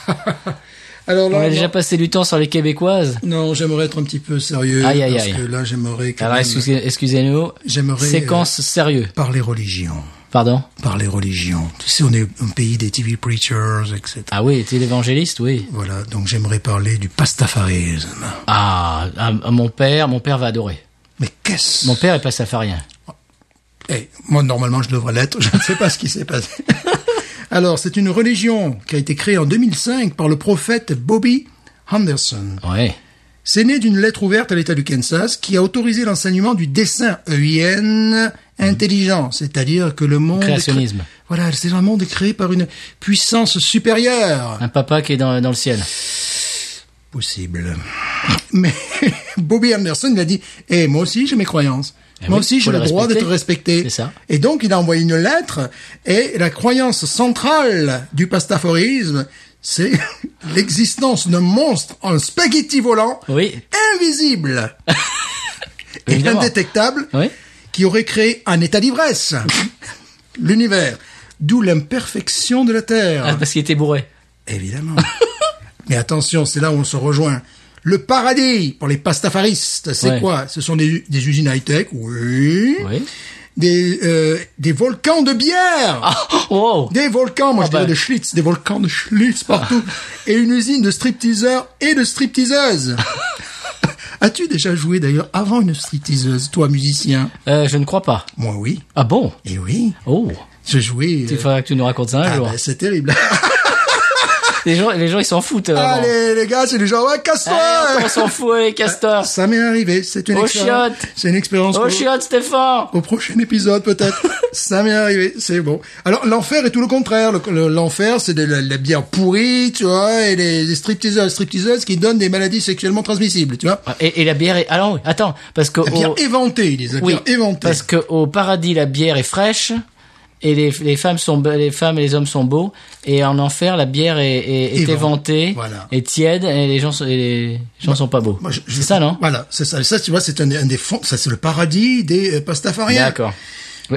[SPEAKER 2] Alors
[SPEAKER 1] on
[SPEAKER 2] là,
[SPEAKER 1] a
[SPEAKER 2] non,
[SPEAKER 1] déjà passé du temps sur les Québécoises.
[SPEAKER 2] non, j'aimerais être un petit peu sérieux.
[SPEAKER 1] Aïe, aïe,
[SPEAKER 2] parce
[SPEAKER 1] aïe.
[SPEAKER 2] que là, j'aimerais quand
[SPEAKER 1] Alors,
[SPEAKER 2] même
[SPEAKER 1] excusez- excusez-nous.
[SPEAKER 2] J'aimerais, euh,
[SPEAKER 1] Séquence sérieux.
[SPEAKER 2] parler religion.
[SPEAKER 1] Pardon.
[SPEAKER 2] Parler religion. Tu sais, on est un pays des TV preachers, etc.
[SPEAKER 1] Ah oui, t'es l'évangéliste, oui.
[SPEAKER 2] Voilà, donc j'aimerais parler du pastafarisme.
[SPEAKER 1] Ah, ah, mon père, mon père va adorer.
[SPEAKER 2] Mais qu'est-ce
[SPEAKER 1] Mon père est pas hein. safarien.
[SPEAKER 2] Eh, moi, normalement, je devrais l'être. Je ne sais pas ce qui s'est passé. Alors, c'est une religion qui a été créée en 2005 par le prophète Bobby Henderson.
[SPEAKER 1] Ouais.
[SPEAKER 2] C'est né d'une lettre ouverte à l'État du Kansas qui a autorisé l'enseignement du dessin EIN intelligent, c'est-à-dire que le monde... est cré-
[SPEAKER 1] Créationnisme.
[SPEAKER 2] Voilà, c'est un monde créé par une puissance supérieure.
[SPEAKER 1] Un papa qui est dans, dans le ciel.
[SPEAKER 2] Possible. Mais Bobby Anderson il a dit, eh, moi aussi j'ai mes croyances.
[SPEAKER 1] Eh
[SPEAKER 2] moi
[SPEAKER 1] oui,
[SPEAKER 2] aussi
[SPEAKER 1] faut
[SPEAKER 2] j'ai le
[SPEAKER 1] les
[SPEAKER 2] droit
[SPEAKER 1] respecter.
[SPEAKER 2] d'être respecté.
[SPEAKER 1] C'est ça.
[SPEAKER 2] Et donc il a envoyé une lettre et la croyance centrale du pastaforisme, c'est l'existence d'un monstre en spaghetti volant
[SPEAKER 1] Oui.
[SPEAKER 2] invisible et
[SPEAKER 1] Évidemment.
[SPEAKER 2] indétectable
[SPEAKER 1] Oui.
[SPEAKER 2] qui aurait créé un état d'ivresse, l'univers, d'où l'imperfection de la Terre.
[SPEAKER 1] Ah, parce qu'il était bourré.
[SPEAKER 2] Évidemment. Mais attention, c'est là où on se rejoint. Le paradis pour les pastafaristes, c'est
[SPEAKER 1] Ouais.
[SPEAKER 2] quoi Ce sont des, u- des usines high-tech, oui.
[SPEAKER 1] Oui.
[SPEAKER 2] Des, euh, des volcans de bière.
[SPEAKER 1] Ah, wow.
[SPEAKER 2] Des volcans, moi je
[SPEAKER 1] bah. Ah.
[SPEAKER 2] dirais de Schlitz, des volcans de Schlitz partout. Et une usine de stripteaseurs et de stripteaseuses. As-tu déjà joué d'ailleurs avant une stripteaseuse, toi musicien
[SPEAKER 1] Euh, je ne crois pas.
[SPEAKER 2] Moi oui.
[SPEAKER 1] Ah bon
[SPEAKER 2] Et oui,
[SPEAKER 1] Oh.
[SPEAKER 2] je jouais.
[SPEAKER 1] Il
[SPEAKER 2] euh,
[SPEAKER 1] faudra que tu nous racontes ça un
[SPEAKER 2] ah,
[SPEAKER 1] jour.
[SPEAKER 2] bah, c'est terrible.
[SPEAKER 1] Les gens, les gens, ils s'en foutent. euh, vraiment.
[SPEAKER 2] Allez les gars, c'est du genre ouais, casse-toi.
[SPEAKER 1] Allez, on s'en fout, les castors.
[SPEAKER 2] Ah, Ça m'est arrivé, c'est une
[SPEAKER 1] Aux
[SPEAKER 2] expérience.
[SPEAKER 1] chiottes.
[SPEAKER 2] C'est une expérience.
[SPEAKER 1] Oh,
[SPEAKER 2] pour-
[SPEAKER 1] chiotte, Stéphane.
[SPEAKER 2] Au prochain épisode peut-être. Ça m'est arrivé, c'est bon. Alors l'enfer est tout le contraire. Le- le- L'enfer, c'est de la, la bière pourrie, tu vois, et les, les stripteaseurs, stripteaseuses qui donnent des maladies sexuellement transmissibles, tu vois.
[SPEAKER 1] Et, et la bière est... Alors, oui, attends, parce que...
[SPEAKER 2] La
[SPEAKER 1] au-
[SPEAKER 2] bière éventée, ils disent. La
[SPEAKER 1] Oh. Oui,
[SPEAKER 2] bière éventée.
[SPEAKER 1] parce que au paradis, la bière est fraîche... Et les, les femmes sont be- les femmes et les hommes sont beaux et en enfer la bière est, est, est
[SPEAKER 2] Éventée,
[SPEAKER 1] éventée
[SPEAKER 2] voilà.
[SPEAKER 1] et tiède et les gens sont, et les gens sont pas beaux
[SPEAKER 2] Moi, je- Bah, je-
[SPEAKER 1] c'est ça non
[SPEAKER 2] Voilà, c'est ça. Ça, tu vois, c'est un, un des fonds. Ça, c'est le paradis des euh, pastafariens.
[SPEAKER 1] d'accord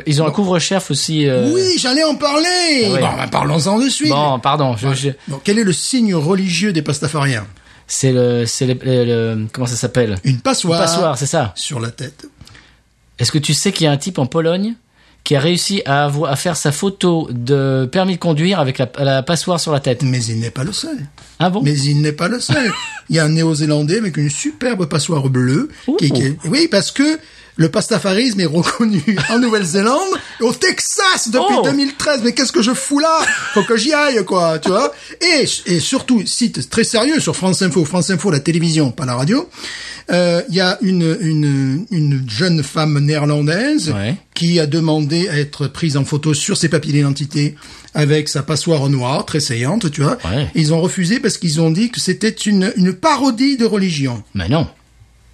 [SPEAKER 1] ils ont un couvre-chef aussi euh,
[SPEAKER 2] Oui, j'allais en parler.
[SPEAKER 1] Ah oui.
[SPEAKER 2] Bon, bah, parlons-en de suite.
[SPEAKER 1] bon pardon je, je-
[SPEAKER 2] Bon, quel est le signe religieux des pastafariens
[SPEAKER 1] c'est le c'est le, le- le- comment ça s'appelle
[SPEAKER 2] Une passoire.
[SPEAKER 1] passoire c'est ça
[SPEAKER 2] sur la tête.
[SPEAKER 1] Est-ce que tu sais qu'il y a un type en Pologne qui a réussi à, avoir- à faire sa photo de permis de conduire avec la, la passoire sur la tête
[SPEAKER 2] Mais il n'est pas le seul.
[SPEAKER 1] Ah bon
[SPEAKER 2] Mais il n'est pas le seul. Il y a un néo-zélandais avec une superbe passoire bleue. Qui,
[SPEAKER 1] Ouh.
[SPEAKER 2] qui- oui, parce que le pastafarisme est reconnu en Nouvelle-Zélande et au Texas depuis
[SPEAKER 1] Oh.
[SPEAKER 2] 2013. Mais qu'est-ce que je fous là Faut que j'y aille, quoi, tu vois et, et surtout, site très sérieux sur France Info, France Info, la télévision, pas la radio, euh, il y a une, une, une jeune femme néerlandaise
[SPEAKER 1] Ouais.
[SPEAKER 2] qui a demandé à être prise en photo sur ses papiers d'identité avec sa passoire noire, très saillante, tu vois.
[SPEAKER 1] Ouais.
[SPEAKER 2] Et Ils ont refusé parce qu'ils ont dit que c'était une, une parodie de religion.
[SPEAKER 1] Mais non.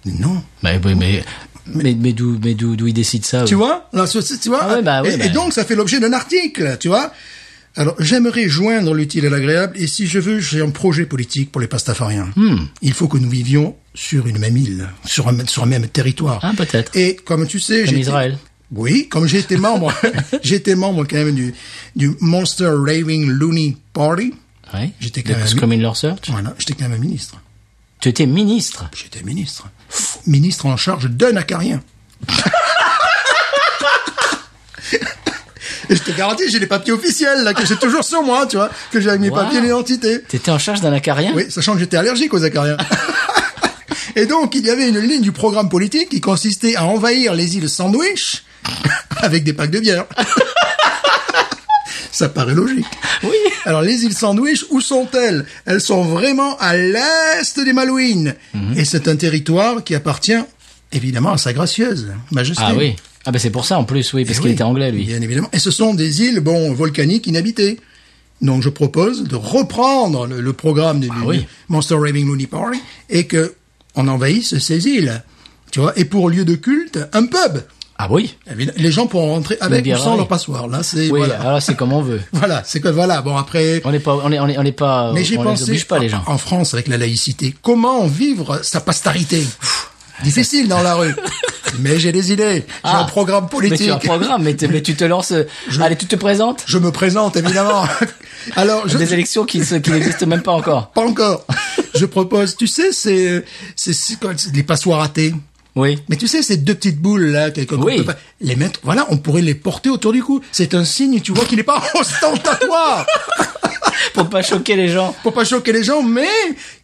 [SPEAKER 2] Mais non.
[SPEAKER 1] Mais, mais, mais, mais, mais d'où mais d'où- d'où il décide ça euh,
[SPEAKER 2] Tu
[SPEAKER 1] oui.
[SPEAKER 2] vois Là, ce- ce- tu vois
[SPEAKER 1] Ah ouais, bah ouais,
[SPEAKER 2] et,
[SPEAKER 1] bah.
[SPEAKER 2] et donc, ça fait l'objet d'un article, tu vois alors, j'aimerais joindre l'utile à l'agréable, et si je veux, j'ai un projet politique pour les pastafariens.
[SPEAKER 1] Hmm.
[SPEAKER 2] Il faut que nous vivions sur une même île, sur un, sur un même territoire.
[SPEAKER 1] Ah, peut-être.
[SPEAKER 2] Et comme tu sais,
[SPEAKER 1] Comme
[SPEAKER 2] j'étais-
[SPEAKER 1] Israël.
[SPEAKER 2] Oui, comme j'étais membre, j'étais membre quand même du, du Monster Raving Looney Party.
[SPEAKER 1] Ouais.
[SPEAKER 2] J'étais
[SPEAKER 1] De
[SPEAKER 2] quand même-
[SPEAKER 1] Screaming Law Search.
[SPEAKER 2] Voilà, j'étais quand même ministre.
[SPEAKER 1] Tu étais ministre.
[SPEAKER 2] J'étais ministre. Ministre en charge d'un acarien. Et je te garantis, j'ai les papiers officiels, là, que j'ai toujours sur moi, tu vois, que j'ai avec mes
[SPEAKER 1] Wow.
[SPEAKER 2] papiers d'identité.
[SPEAKER 1] T'étais en charge d'un acarien
[SPEAKER 2] Oui, sachant que j'étais allergique aux acariens. Et donc, il y avait une ligne du programme politique qui consistait à envahir les îles Sandwich avec des packs de bière. Ça paraît logique.
[SPEAKER 1] Oui.
[SPEAKER 2] Alors, les îles Sandwich, où sont-elles Elles sont vraiment à l'est des
[SPEAKER 1] Mhm.
[SPEAKER 2] Malouines. Et c'est un territoire qui appartient évidemment à Sa Gracieuse Majesté.
[SPEAKER 1] Ah oui. Ah ben c'est pour ça en plus, oui, parce
[SPEAKER 2] Eh
[SPEAKER 1] qu'il
[SPEAKER 2] oui,
[SPEAKER 1] était anglais lui.
[SPEAKER 2] Bien évidemment. Et ce sont des îles, bon, volcaniques inhabitées. Donc je propose de reprendre le, le programme du, du-
[SPEAKER 1] Ah oui.
[SPEAKER 2] du Monster Raving Looney Party et que on envahisse ces îles. Tu vois, et pour lieu de culte, un pub.
[SPEAKER 1] Ah oui
[SPEAKER 2] Évidemment, Les gens pourront rentrer avec ou
[SPEAKER 1] bien,
[SPEAKER 2] sans
[SPEAKER 1] oui.
[SPEAKER 2] leur passoire. Là, c'est
[SPEAKER 1] Oui,
[SPEAKER 2] voilà.
[SPEAKER 1] alors c'est comme on veut.
[SPEAKER 2] Voilà, c'est que voilà. Bon après,
[SPEAKER 1] On n'est pas, on est, on est, on est pas,
[SPEAKER 2] mais j'ai
[SPEAKER 1] on les
[SPEAKER 2] pensé
[SPEAKER 1] oblige pas les gens.
[SPEAKER 2] en France avec la laïcité. Comment vivre sa pastarité Difficile dans la rue. mais j'ai des idées. J'ai
[SPEAKER 1] Ah.
[SPEAKER 2] un programme
[SPEAKER 1] Mais
[SPEAKER 2] politique.
[SPEAKER 1] tu as un programme, mais, t'es- mais tu te lances. euh, Allez, tu te présentes
[SPEAKER 2] Je me présente évidemment. Alors, je,
[SPEAKER 1] des élections qui, se- qui n'existent même pas encore.
[SPEAKER 2] Pas encore. Je propose, tu sais, c'est, c'est, c'est quoi, c'est les passoires athées.
[SPEAKER 1] Oui.
[SPEAKER 2] Mais tu sais, ces deux petites boules là, que- que- qu'on
[SPEAKER 1] Oui.
[SPEAKER 2] peut pas- les mettre, voilà, on pourrait les porter autour du cou. C'est un signe, tu vois, qu'il n'est pas ostentatoire
[SPEAKER 1] Pour pas choquer les gens.
[SPEAKER 2] pour pas choquer les gens, mais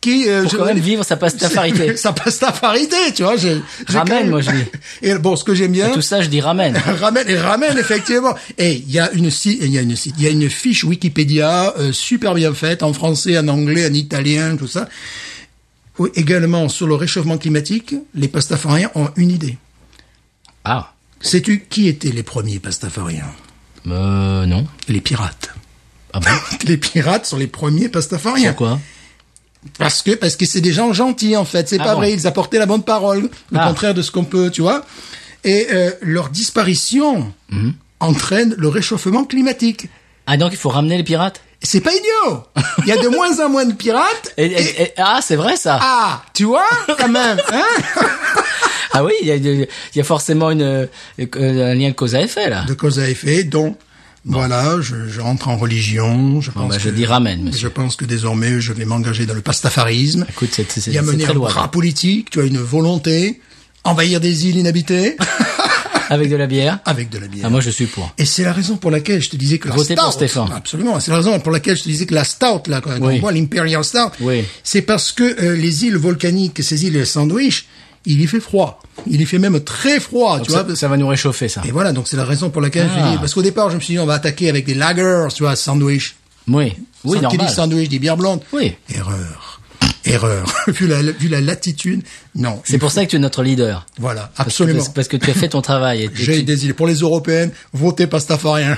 [SPEAKER 2] qui, euh,
[SPEAKER 1] Pour
[SPEAKER 2] je-
[SPEAKER 1] quand même vivre sa pastafarité.
[SPEAKER 2] ça passe ta parité, tu vois. j'ai- j'ai
[SPEAKER 1] Ramène,
[SPEAKER 2] quand même-
[SPEAKER 1] moi, je dis.
[SPEAKER 2] Et bon, ce que j'aime bien,
[SPEAKER 1] Tout ça, je dis ramène.
[SPEAKER 2] ramène et ramène effectivement. Et il y a une si- il y a une si- il y a une fiche Wikipédia euh, super bien faite en français, en anglais, en italien, tout ça. Oui, également sur le réchauffement climatique, les pastafariens ont une idée.
[SPEAKER 1] Ah.
[SPEAKER 2] Sais-tu qui étaient les premiers pastafariens
[SPEAKER 1] Euh, non.
[SPEAKER 2] Les pirates.
[SPEAKER 1] Ah bon
[SPEAKER 2] Les pirates sont les premiers pastafariens.
[SPEAKER 1] Pourquoi
[SPEAKER 2] Parce que parce que c'est des gens gentils en fait, c'est
[SPEAKER 1] Ah
[SPEAKER 2] pas
[SPEAKER 1] bon.
[SPEAKER 2] vrai, ils apportaient la bonne parole, le
[SPEAKER 1] Ah.
[SPEAKER 2] contraire de ce qu'on peut, tu vois. Et euh, leur disparition
[SPEAKER 1] Mhm.
[SPEAKER 2] entraîne le réchauffement climatique.
[SPEAKER 1] Ah, donc il faut ramener les pirates
[SPEAKER 2] C'est pas idiot. Il y a de moins en moins de pirates.
[SPEAKER 1] Et-
[SPEAKER 2] Et,
[SPEAKER 1] et- et- Ah, c'est vrai ça
[SPEAKER 2] ah, tu vois, quand même, hein
[SPEAKER 1] Ah oui, il y a, il y a forcément une, euh, un lien de cause à effet là.
[SPEAKER 2] De cause à effet, donc voilà, je, je rentre en religion. Je pense
[SPEAKER 1] bah, je
[SPEAKER 2] que-
[SPEAKER 1] dis ramène, monsieur.
[SPEAKER 2] Je pense que désormais, je vais m'engager dans le pastafarisme.
[SPEAKER 1] Écoute, c'est- c'est-
[SPEAKER 2] Il y a
[SPEAKER 1] c'est
[SPEAKER 2] mener
[SPEAKER 1] très
[SPEAKER 2] un
[SPEAKER 1] louable.
[SPEAKER 2] bras politique. Tu as une volonté envahir des îles inhabitées
[SPEAKER 1] Avec de la bière
[SPEAKER 2] avec de la bière.
[SPEAKER 1] Ah, moi je suis pour.
[SPEAKER 2] Et c'est la raison pour laquelle je te disais que la
[SPEAKER 1] Votez
[SPEAKER 2] stout,
[SPEAKER 1] pour Stéphane.
[SPEAKER 2] absolument, c'est la raison pour laquelle je te disais que la stout là, quand
[SPEAKER 1] Oui.
[SPEAKER 2] on voit l'Imperial Stout,
[SPEAKER 1] Oui.
[SPEAKER 2] c'est parce que euh, les îles volcaniques, ces îles Sandwich, il y fait froid, il y fait même très froid, tu
[SPEAKER 1] Ça,
[SPEAKER 2] vois.
[SPEAKER 1] ça va nous réchauffer ça.
[SPEAKER 2] Et voilà, donc c'est la raison pour laquelle
[SPEAKER 1] Ah.
[SPEAKER 2] je dis, parce qu'au départ, je me suis dit, on va attaquer avec des lagers, tu vois, sandwich.
[SPEAKER 1] Oui, oui,
[SPEAKER 2] Sans- Qui
[SPEAKER 1] normal.
[SPEAKER 2] dit sandwich, dit bière blonde.
[SPEAKER 1] Oui.
[SPEAKER 2] Erreur. Erreur. vu la, vu la latitude, non.
[SPEAKER 1] C'est pour ça que tu es notre leader.
[SPEAKER 2] Voilà,
[SPEAKER 1] Parce que-
[SPEAKER 2] absolument.
[SPEAKER 1] Parce, que tu as fait ton travail. Et, et
[SPEAKER 2] J'ai
[SPEAKER 1] tu-
[SPEAKER 2] des îles pour les européennes, votez pastafarien.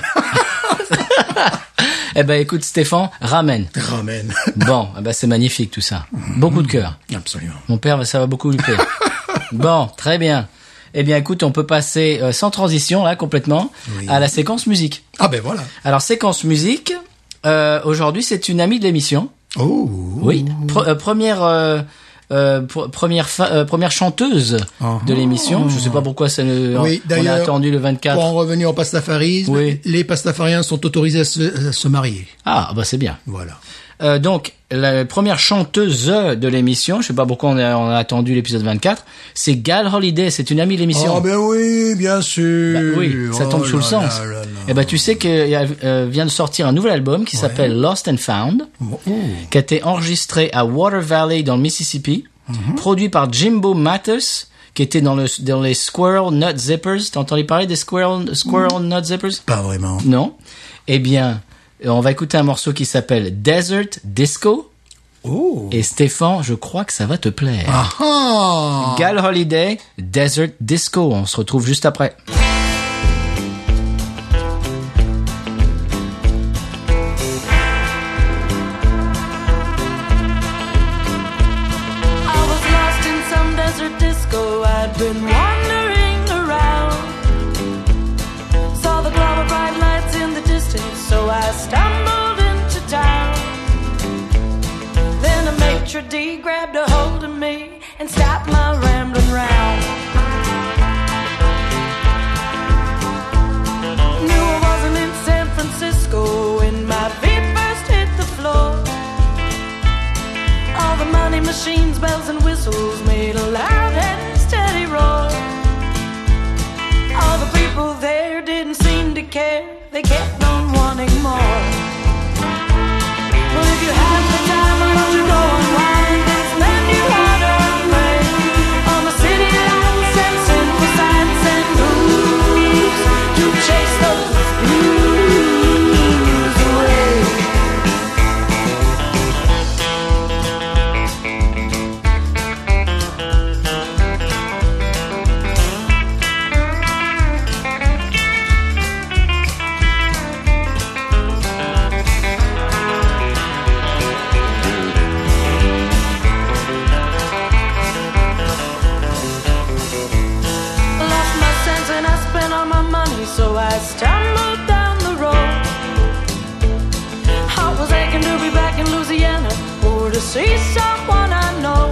[SPEAKER 1] Eh ben écoute Stéphane, ramène.
[SPEAKER 2] Ramène.
[SPEAKER 1] Bon, eh ben, c'est magnifique tout ça. Beaucoup de cœur.
[SPEAKER 2] Absolument.
[SPEAKER 1] Mon père, ça va beaucoup lui plaire. bon, très bien. Eh bien écoute, on peut passer euh, sans transition là complètement
[SPEAKER 2] Oui.
[SPEAKER 1] à la séquence musique.
[SPEAKER 2] Ah ben voilà.
[SPEAKER 1] Alors séquence musique, euh, aujourd'hui c'est une amie de l'émission.
[SPEAKER 2] Oh.
[SPEAKER 1] Oui. Pre- euh, première. euh, euh, pr- première fa- euh, première chanteuse
[SPEAKER 2] Ah.
[SPEAKER 1] de l'émission. Je sais pas pourquoi ça ne.
[SPEAKER 2] Oui,
[SPEAKER 1] on a
[SPEAKER 2] d'ailleurs,
[SPEAKER 1] attendu le 24.
[SPEAKER 2] Pour en revenir au pastafarisme,
[SPEAKER 1] Oui.
[SPEAKER 2] les pastafariens sont autorisés à se, à se marier.
[SPEAKER 1] Ah bah c'est bien.
[SPEAKER 2] Voilà.
[SPEAKER 1] Euh, donc la première chanteuse de l'émission, je sais pas pourquoi on a, on a attendu l'épisode 24. C'est Gal Holiday. C'est une amie de l'émission.
[SPEAKER 2] Oh ben oui, bien
[SPEAKER 1] Bah
[SPEAKER 2] sûr.
[SPEAKER 1] oui, ça tombe
[SPEAKER 2] Oh
[SPEAKER 1] sous le
[SPEAKER 2] là
[SPEAKER 1] sens.
[SPEAKER 2] là là là.
[SPEAKER 1] Et ben tu sais qu'elle euh, vient de sortir un nouvel album qui s'appelle Lost and Found,
[SPEAKER 2] Oh,
[SPEAKER 1] qui a été enregistré à Water Valley dans le Mississippi,
[SPEAKER 2] Mhm.
[SPEAKER 1] produit par Jimbo Mathis, qui était dans, le, dans les Squirrel Nut Zippers. T'as entendu parler des Squirrel, squirrel
[SPEAKER 2] Mhm.
[SPEAKER 1] Nut Zippers
[SPEAKER 2] Pas vraiment.
[SPEAKER 1] Non. Eh bien, euh, on va écouter un morceau qui s'appelle Desert Disco.
[SPEAKER 2] Oh.
[SPEAKER 1] Et Stéphane, je crois que ça va te plaire.
[SPEAKER 2] Ah ah.
[SPEAKER 1] Gal Holiday, Desert Disco. On se retrouve juste après.
[SPEAKER 3] I was lost in some desert disco. I'd been wandering around. Saw the glow of bright lights in the distance, so I stumbled into town. Then a maitre d grabbed a hold of me and stopped my rambling round. Knew I wasn't in San Francisco when my feet first hit the floor. All the money machines, bells and whistles made a loud and steady roar. All the people there didn't seem to care, they kept on wanting more. Well, if you have the time, why don't you go and wine? Then you had a break on the city of so I stumbled down the road. Heart was aching to be back in Louisiana or to see someone I know.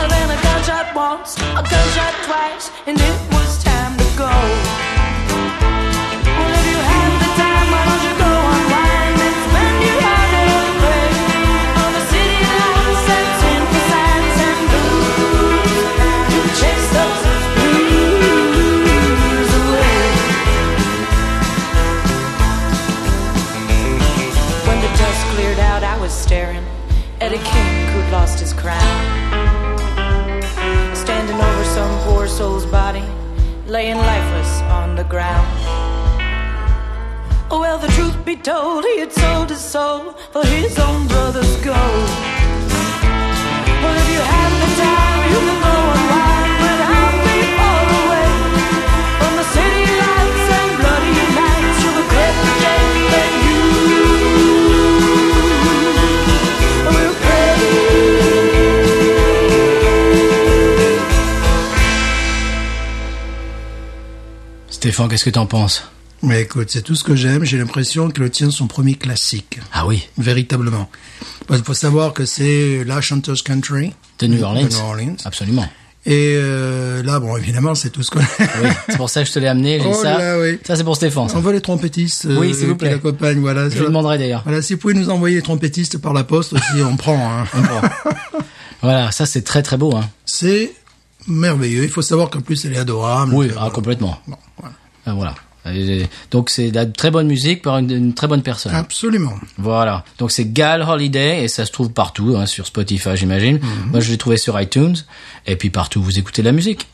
[SPEAKER 3] And then a gunshot once, a gunshot twice, and it was time to go. Well, if you have the time, why don't you go unwind and spend your holiday away on the city lights and simple sights and blues? You chase those blues away. When the dust cleared out, I was staring at a king who'd lost his crown. Standing over some poor soul's body, laying lifeless on the ground. Well, the truth be told, he had sold his soul for his own brother's gold. Well, if you have the time, you can go and ride, but I'll be far away from the city lights and bloody nights. You'll regret the day that you will pray.
[SPEAKER 1] Stéphane, qu'est-ce que t'en penses
[SPEAKER 2] Mais écoute, c'est tout ce que j'aime. J'ai l'impression qu'il obtient son premier classique,
[SPEAKER 1] Ah oui,
[SPEAKER 2] véritablement. Il faut savoir que c'est la chanteuse country
[SPEAKER 1] de New Orleans.
[SPEAKER 2] New Orleans.
[SPEAKER 1] Absolument.
[SPEAKER 2] Et euh, là, bon, évidemment, c'est tout ce qu'on
[SPEAKER 1] Oui, c'est pour ça que je te l'ai amené, j'ai
[SPEAKER 2] Oh
[SPEAKER 1] ça.
[SPEAKER 2] là, oui. Oh,
[SPEAKER 1] Ça, c'est pour Stéphane. ça.
[SPEAKER 2] On veut les trompettistes. euh,
[SPEAKER 1] Oui, s'il vous
[SPEAKER 2] qui
[SPEAKER 1] plaît.
[SPEAKER 2] l'accompagnent, voilà.
[SPEAKER 1] Je lui demanderai d'ailleurs.
[SPEAKER 2] Voilà, si vous pouvez nous envoyer les trompettistes par la poste aussi, on prend. hein.
[SPEAKER 1] Voilà, ça, c'est très très beau. Hein.
[SPEAKER 2] C'est merveilleux. Il faut savoir qu'en plus, elle est adorable.
[SPEAKER 1] Oui,
[SPEAKER 2] Euh,
[SPEAKER 1] ah, complètement.
[SPEAKER 2] bon, voilà.
[SPEAKER 1] Ah, voilà. Et- Donc, c'est de la très bonne musique par une, une très bonne personne.
[SPEAKER 2] Absolument.
[SPEAKER 1] Voilà. Donc, c'est Gal Holiday et ça se trouve partout, hein, sur Spotify, j'imagine. Moi, je l'ai trouvé sur iTunes. Et puis, partout, où vous écoutez la musique.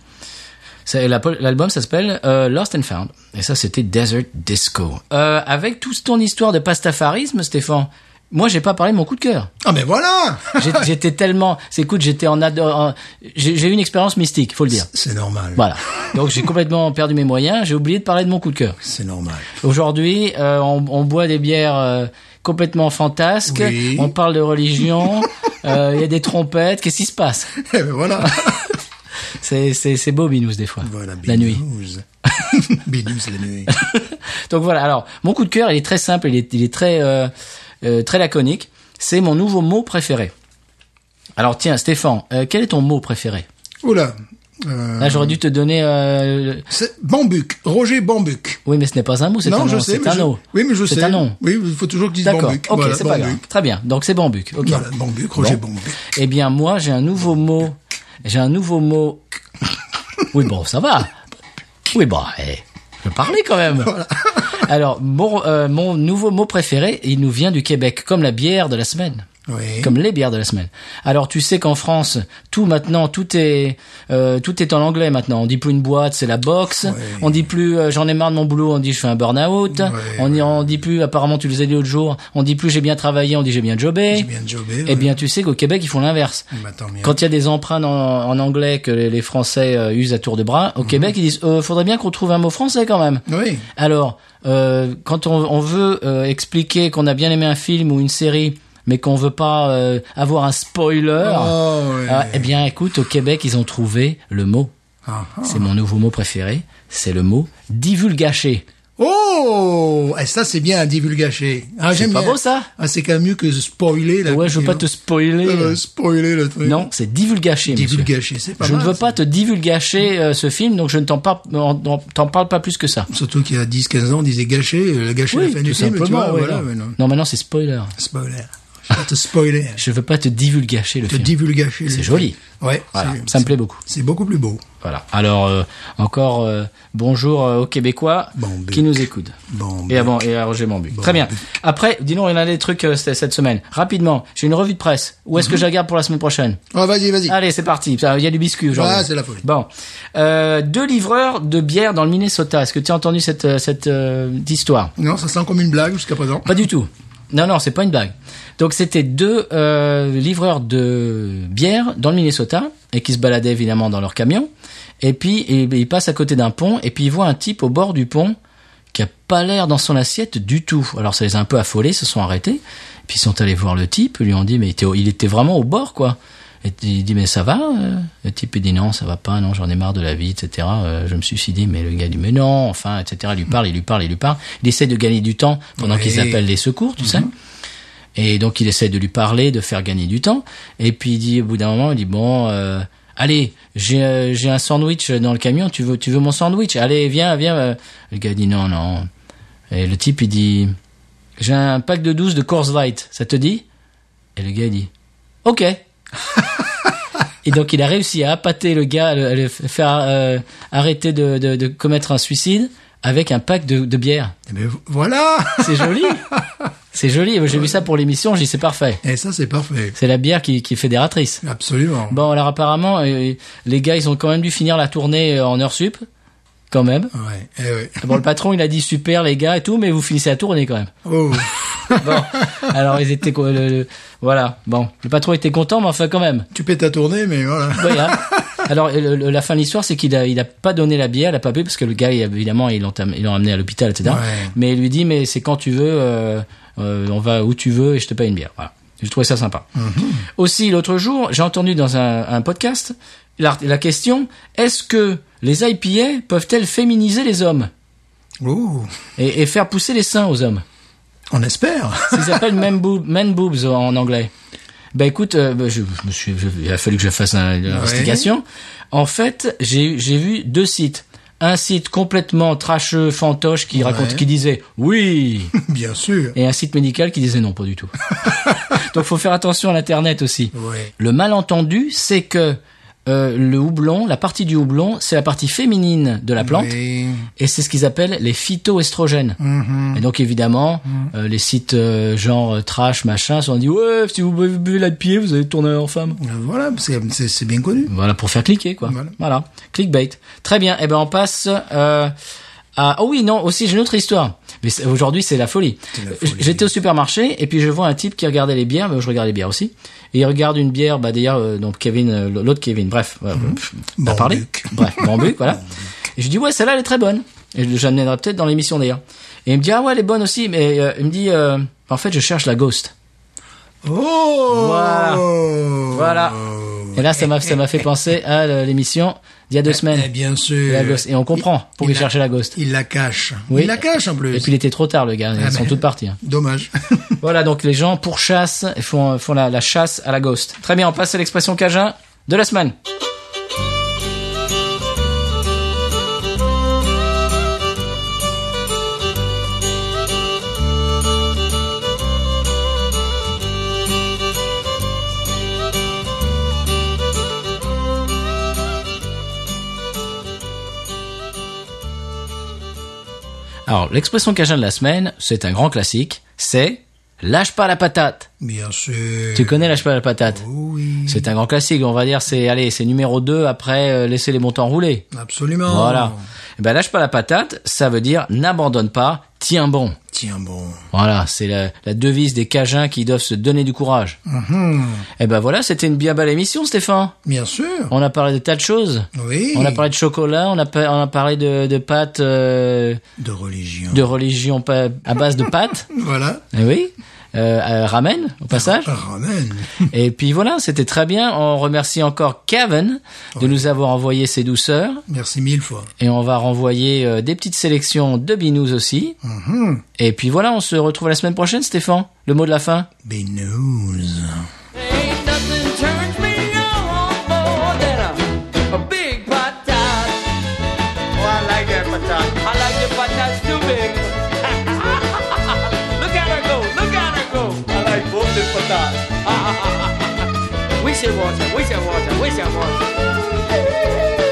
[SPEAKER 1] Ça- la- L'album, ça s'appelle euh, Lost and Found. Et ça, c'était Desert Disco. Euh, avec toute ton histoire de pastafarisme, Stéphane, moi, j'ai pas parlé de mon coup de cœur.
[SPEAKER 2] Ah, mais voilà
[SPEAKER 1] J'ai- J'étais tellement, c'est- écoute, j'étais en, ado- en- j'ai j'ai eu une expérience mystique, faut le dire.
[SPEAKER 2] C'est normal.
[SPEAKER 1] Voilà. Donc j'ai complètement perdu mes moyens. J'ai oublié de parler de mon coup de cœur.
[SPEAKER 2] C'est normal.
[SPEAKER 1] Aujourd'hui, euh, on, on boit des bières euh, complètement fantasques.
[SPEAKER 2] Oui.
[SPEAKER 1] On parle de religion. euh, Il y a des trompettes. Qu'est-ce qui se passe
[SPEAKER 2] Eh ben voilà.
[SPEAKER 1] C'est c'est c'est beau binous des fois.
[SPEAKER 2] voilà
[SPEAKER 1] la nuit.
[SPEAKER 2] Binous. Binous la nuit.
[SPEAKER 1] Donc voilà. Alors mon coup de cœur, il est très simple. Il est il est très euh, euh, très laconique. C'est mon nouveau mot préféré. Alors tiens, Stéphane, euh, quel est ton mot préféré
[SPEAKER 2] Oula. Euh,
[SPEAKER 1] Là, j'aurais dû te donner euh, le-
[SPEAKER 2] c'est Bambuc. Roger Bambuc.
[SPEAKER 1] Oui, mais ce n'est pas un mot, c'est un
[SPEAKER 2] non, je
[SPEAKER 1] nom.
[SPEAKER 2] sais.
[SPEAKER 1] C'est
[SPEAKER 2] mais
[SPEAKER 1] un
[SPEAKER 2] je-
[SPEAKER 1] nom.
[SPEAKER 2] Oui, mais je sais.
[SPEAKER 1] C'est un nom.
[SPEAKER 2] Oui, il faut toujours qu'ils disent
[SPEAKER 1] D'accord.
[SPEAKER 2] Bambuc.
[SPEAKER 1] Ok,
[SPEAKER 2] Voilà,
[SPEAKER 1] c'est pas grave.
[SPEAKER 2] Bambuc.
[SPEAKER 1] Très bien. Donc c'est bambuc. Ok.
[SPEAKER 2] Voilà, Bambuc, Roger
[SPEAKER 1] Bon.
[SPEAKER 2] Bambuc.
[SPEAKER 1] Eh bien, moi, j'ai un nouveau mot. J'ai un nouveau mot. Oui, bon, ça va. Oui, bon, eh, je peux parler quand même. Alors, mon, euh, mon nouveau mot préféré, il nous vient du Québec, comme la bière de la semaine.
[SPEAKER 2] Eh Oui.
[SPEAKER 1] Comme les bières de la semaine. Alors tu sais qu'en France, tout maintenant, tout est, euh, tout est en anglais maintenant. On dit plus une boîte, c'est la box. On dit plus euh, j'en ai marre de mon boulot, on dit je fais un burn out. on, y- on dit plus apparemment tu le faisais l'autre jour. On dit plus j'ai bien travaillé, on dit j'ai bien jobé.
[SPEAKER 2] J'ai bien jobé,
[SPEAKER 1] Eh
[SPEAKER 2] ouais.
[SPEAKER 1] bien tu sais qu'au Québec ils font l'inverse.
[SPEAKER 2] Bah, tant mieux.
[SPEAKER 1] Quand il y a des emprunts en, en anglais que les, les Français euh, usent à tour de bras, au Québec ils disent euh, faudrait bien qu'on trouve un mot français quand même.
[SPEAKER 2] Oui.
[SPEAKER 1] Alors, euh, quand on, on veut euh, expliquer qu'on a bien aimé un film ou une série, mais qu'on veut pas euh, avoir un spoiler,
[SPEAKER 2] Oh, ouais.
[SPEAKER 1] ah, eh bien, écoute, au Québec, ils ont trouvé le mot.
[SPEAKER 2] Ah, ah.
[SPEAKER 1] C'est mon nouveau mot préféré. C'est le mot divulgaché.
[SPEAKER 2] Oh Et ça, c'est bien à divulgacher. Ah,
[SPEAKER 1] C'est
[SPEAKER 2] j'aime
[SPEAKER 1] pas
[SPEAKER 2] bien.
[SPEAKER 1] beau ça
[SPEAKER 2] Ah, c'est quand même mieux que spoiler. La
[SPEAKER 1] Ouais, je veux pas te spoiler.
[SPEAKER 2] Ah, Euh, spoiler le truc.
[SPEAKER 1] Non, c'est divulgaché. monsieur.
[SPEAKER 2] Divulgacher, c'est pas
[SPEAKER 1] Je ne
[SPEAKER 2] mal.
[SPEAKER 1] veux pas te divulgacher euh, ce film, donc je ne t'en par- en- en- t'en parle pas plus que ça.
[SPEAKER 2] Surtout qu'il y a 10-15 ans, on disait gâcher, euh, gâcher la fin du film, tu vois,
[SPEAKER 1] ouais,
[SPEAKER 2] voilà,
[SPEAKER 1] non.
[SPEAKER 2] mais non.
[SPEAKER 1] Non, maintenant c'est spoiler.
[SPEAKER 2] Spoiler. Je vais te spoiler.
[SPEAKER 1] Je veux pas te divulgacher le
[SPEAKER 2] Je te
[SPEAKER 1] film.
[SPEAKER 2] divulgacher. le
[SPEAKER 1] C'est
[SPEAKER 2] film.
[SPEAKER 1] joli.
[SPEAKER 2] Ouais.
[SPEAKER 1] Voilà,
[SPEAKER 2] c'est-
[SPEAKER 1] ça me
[SPEAKER 2] c'est-
[SPEAKER 1] plaît beaucoup.
[SPEAKER 2] C'est beaucoup plus beau.
[SPEAKER 1] Voilà. Alors euh, encore euh, bonjour euh, aux Québécois
[SPEAKER 2] Bambuc.
[SPEAKER 1] qui nous écoutent.
[SPEAKER 2] ben. Bon. ben.
[SPEAKER 1] Et avant et à Roger Bambuc. Très bien. Après, dis-nous, il y en a des trucs euh, c- cette semaine. Rapidement, j'ai une revue de presse. Où est-ce
[SPEAKER 2] Mhm.
[SPEAKER 1] que je la garde pour la semaine prochaine
[SPEAKER 2] Ah, vas-y, vas-y.
[SPEAKER 1] Allez, c'est parti. Ça, Il y a du biscuit aujourd'hui.
[SPEAKER 2] Ah, c'est la folie.
[SPEAKER 1] Bon, Euh, deux livreurs de bière dans le Minnesota. Est-ce que tu as entendu cette euh, cette euh, histoire
[SPEAKER 2] Non, ça sent comme une blague jusqu'à présent.
[SPEAKER 1] Pas du tout. Non, non, c'est pas une blague. Donc c'était deux euh, livreurs de bière dans le Minnesota et qui se baladaient évidemment dans leur camion. Et puis et- et ils passent à côté d'un pont et puis ils voient un type au bord du pont qui a pas l'air dans son assiette du tout. Alors ça les a un peu affolés, se sont arrêtés. Puis ils sont allés voir le type, ils lui ont dit mais il était, il était vraiment au bord quoi. Et il dit, mais ça va euh? Le type il dit, non, ça va pas, non, j'en ai marre de la vie, etc. Euh, je me suicidais, mais le gars dit, mais non, enfin, etc. Il lui parle, il lui parle, il lui parle. Il essaie de gagner du temps pendant
[SPEAKER 2] Oui.
[SPEAKER 1] qu'ils appellent les secours, tu sais. Et donc il essaie de lui parler, de faire gagner du temps. Et puis il dit, au bout d'un moment, il dit, bon, euh, allez, j'ai euh, j'ai un sandwich dans le camion, tu veux, tu veux mon sandwich Allez, viens, viens. euh. Le gars dit, non, non. Et le type, il dit, j'ai un pack de 12 de White, ça te dit Et le gars il dit, ok. Et donc il a réussi à appâter le gars, à le, à le faire euh, arrêter de, de- de commettre un suicide avec un pack de, de bière.
[SPEAKER 2] Mais Eh ben, voilà
[SPEAKER 1] C'est joli. c'est joli. J'ai vu ça pour l'émission, j'ai dit c'est parfait.
[SPEAKER 2] Et ça, c'est parfait.
[SPEAKER 1] C'est la bière qui, qui est fédératrice.
[SPEAKER 2] Absolument.
[SPEAKER 1] Bon, alors apparemment, euh, les gars, ils ont quand même dû finir la tournée euh, en heure sup. Quand même.
[SPEAKER 2] Ouais, eh ouais.
[SPEAKER 1] Bon, le patron, il a dit super les gars et tout, mais vous finissez la tournée quand même.
[SPEAKER 2] Oh,
[SPEAKER 1] Bon, alors ils étaient... co- le- le- voilà, bon, le patron était content, mais enfin quand même.
[SPEAKER 2] tu pètes ta tournée, mais voilà.
[SPEAKER 1] Voilà. hein. Alors le- le- la fin de l'histoire, c'est qu'il a, il a pas donné la bière, il a pas bu parce que le gars, il- évidemment, ils l'ont, am- ils l'ont amené à l'hôpital, etc.
[SPEAKER 2] Ouais.
[SPEAKER 1] Mais il lui dit, mais c'est quand tu veux, euh, euh, on va où tu veux et je te paye une bière. Voilà. J'ai trouvé ça sympa. Aussi, l'autre jour, j'ai entendu dans un, un podcast la, la question est-ce que les IPA peuvent-elles féminiser les hommes
[SPEAKER 2] Oh,
[SPEAKER 1] et, et faire pousser les seins aux hommes
[SPEAKER 2] on espère.
[SPEAKER 1] ils appellent men, boob- men boobs en anglais. Ben écoute, euh, ben, je, je me suis, je- il a fallu que je fasse un- une investigation. En fait, j'ai j'ai vu deux sites. Un site complètement trasheux, fantoche, qui raconte,
[SPEAKER 2] Ouais.
[SPEAKER 1] qui disait oui,
[SPEAKER 2] Bien sûr.
[SPEAKER 1] et un site médical qui disait non, pas du tout. Donc faut faire attention à l'internet aussi.
[SPEAKER 2] Ouais.
[SPEAKER 1] Le malentendu, c'est que euh, le houblon, la partie du houblon, c'est la partie féminine de la plante.
[SPEAKER 2] Oui.
[SPEAKER 1] Et c'est ce qu'ils appellent les phytoestrogènes. Et donc évidemment, euh, les sites euh, genre euh, trash machin sont dit ouais si vous buvez buvez la de pied vous allez tourner en femme.
[SPEAKER 2] euh, Voilà, parce que c'est c'est bien connu.
[SPEAKER 1] Voilà pour faire cliquer quoi. Voilà,
[SPEAKER 2] Voilà.
[SPEAKER 1] clickbait. Très bien. Et ben on passe euh, à oh oui non aussi j'ai une autre histoire. Mais c'est- aujourd'hui c'est la folie.
[SPEAKER 2] la
[SPEAKER 1] J-
[SPEAKER 2] folie.
[SPEAKER 1] J'étais au supermarché et puis je vois un type qui regardait les bières. mais je regarde les bières aussi. Et il regarde une bière bah d'ailleurs euh, donc Kevin euh, l'autre Kevin bref. euh, pff, T'as
[SPEAKER 2] Bon
[SPEAKER 1] parlé
[SPEAKER 2] Luc.
[SPEAKER 1] Bref, Bambuc, voilà. Et je dis, ouais, celle-là, elle est très bonne. Et j'amènerai peut-être dans l'émission d'ailleurs. Et il me dit, ah ouais, elle est bonne aussi. Mais euh, il me dit, euh, en fait, je cherche la Ghost.
[SPEAKER 2] Oh
[SPEAKER 1] Voilà. Voilà. Et là, ça m'a, ça m'a fait penser à euh, l'émission d'il y a deux
[SPEAKER 2] Eh
[SPEAKER 1] semaines.
[SPEAKER 2] bien sûr.
[SPEAKER 1] La Ghost. Et on comprend pourquoi il,
[SPEAKER 2] la-
[SPEAKER 1] cherchait la Ghost.
[SPEAKER 2] Il la cache.
[SPEAKER 1] Oui.
[SPEAKER 2] Il la cache en plus.
[SPEAKER 1] Et puis il était trop tard, le gars. Ils
[SPEAKER 2] Ah,
[SPEAKER 1] sont
[SPEAKER 2] mais-
[SPEAKER 1] toutes partis.
[SPEAKER 2] Dommage.
[SPEAKER 1] Voilà, donc les gens pourchassent, et font, font la, la chasse à la Ghost. Très bien, on passe à l'expression Cajun de la semaine. Alors, l'expression Cajun de la semaine, c'est un grand classique, c'est lâche pas la patate.
[SPEAKER 2] bien sûr.
[SPEAKER 1] Tu connais lâche pas la patate
[SPEAKER 2] Oui.
[SPEAKER 1] C'est un grand classique, on va dire, c'est allez, c'est numéro 2 après euh, laisser les montants rouler.
[SPEAKER 2] Absolument.
[SPEAKER 1] Voilà. Eh ben lâche pas la patate, ça veut dire n'abandonne pas, tiens bon.
[SPEAKER 2] Tiens bon.
[SPEAKER 1] Voilà, c'est la, la devise des Cajuns qui doivent se donner du courage.
[SPEAKER 2] Mhm.
[SPEAKER 1] Eh ben voilà, c'était une bien belle émission, Stéphane.
[SPEAKER 2] Bien sûr.
[SPEAKER 1] On a parlé de tas de choses.
[SPEAKER 2] Oui.
[SPEAKER 1] On a parlé de chocolat, on a, par- on a parlé de, de pâtes, euh,
[SPEAKER 2] de religion.
[SPEAKER 1] de religion pa- à base de pâtes.
[SPEAKER 2] Voilà.
[SPEAKER 1] Eh oui. Euh, euh, ramen au passage
[SPEAKER 2] Ramène.
[SPEAKER 1] et puis voilà c'était très bien on remercie encore Kevin de nous avoir envoyé ses douceurs
[SPEAKER 2] Merci mille fois.
[SPEAKER 1] Et on va renvoyer euh, des petites sélections de binous aussi.
[SPEAKER 2] Mhm.
[SPEAKER 1] Et puis voilà, on se retrouve la semaine prochaine, Stéphane. Le mot de la fin.
[SPEAKER 2] Big news.
[SPEAKER 3] Ain't nothing turns me on more than a, a big patat. Oh, I like that patat. I like the patats too big. look at her go, look at her go. I like both the patats. we should watch her, we should watch her, we should watch her.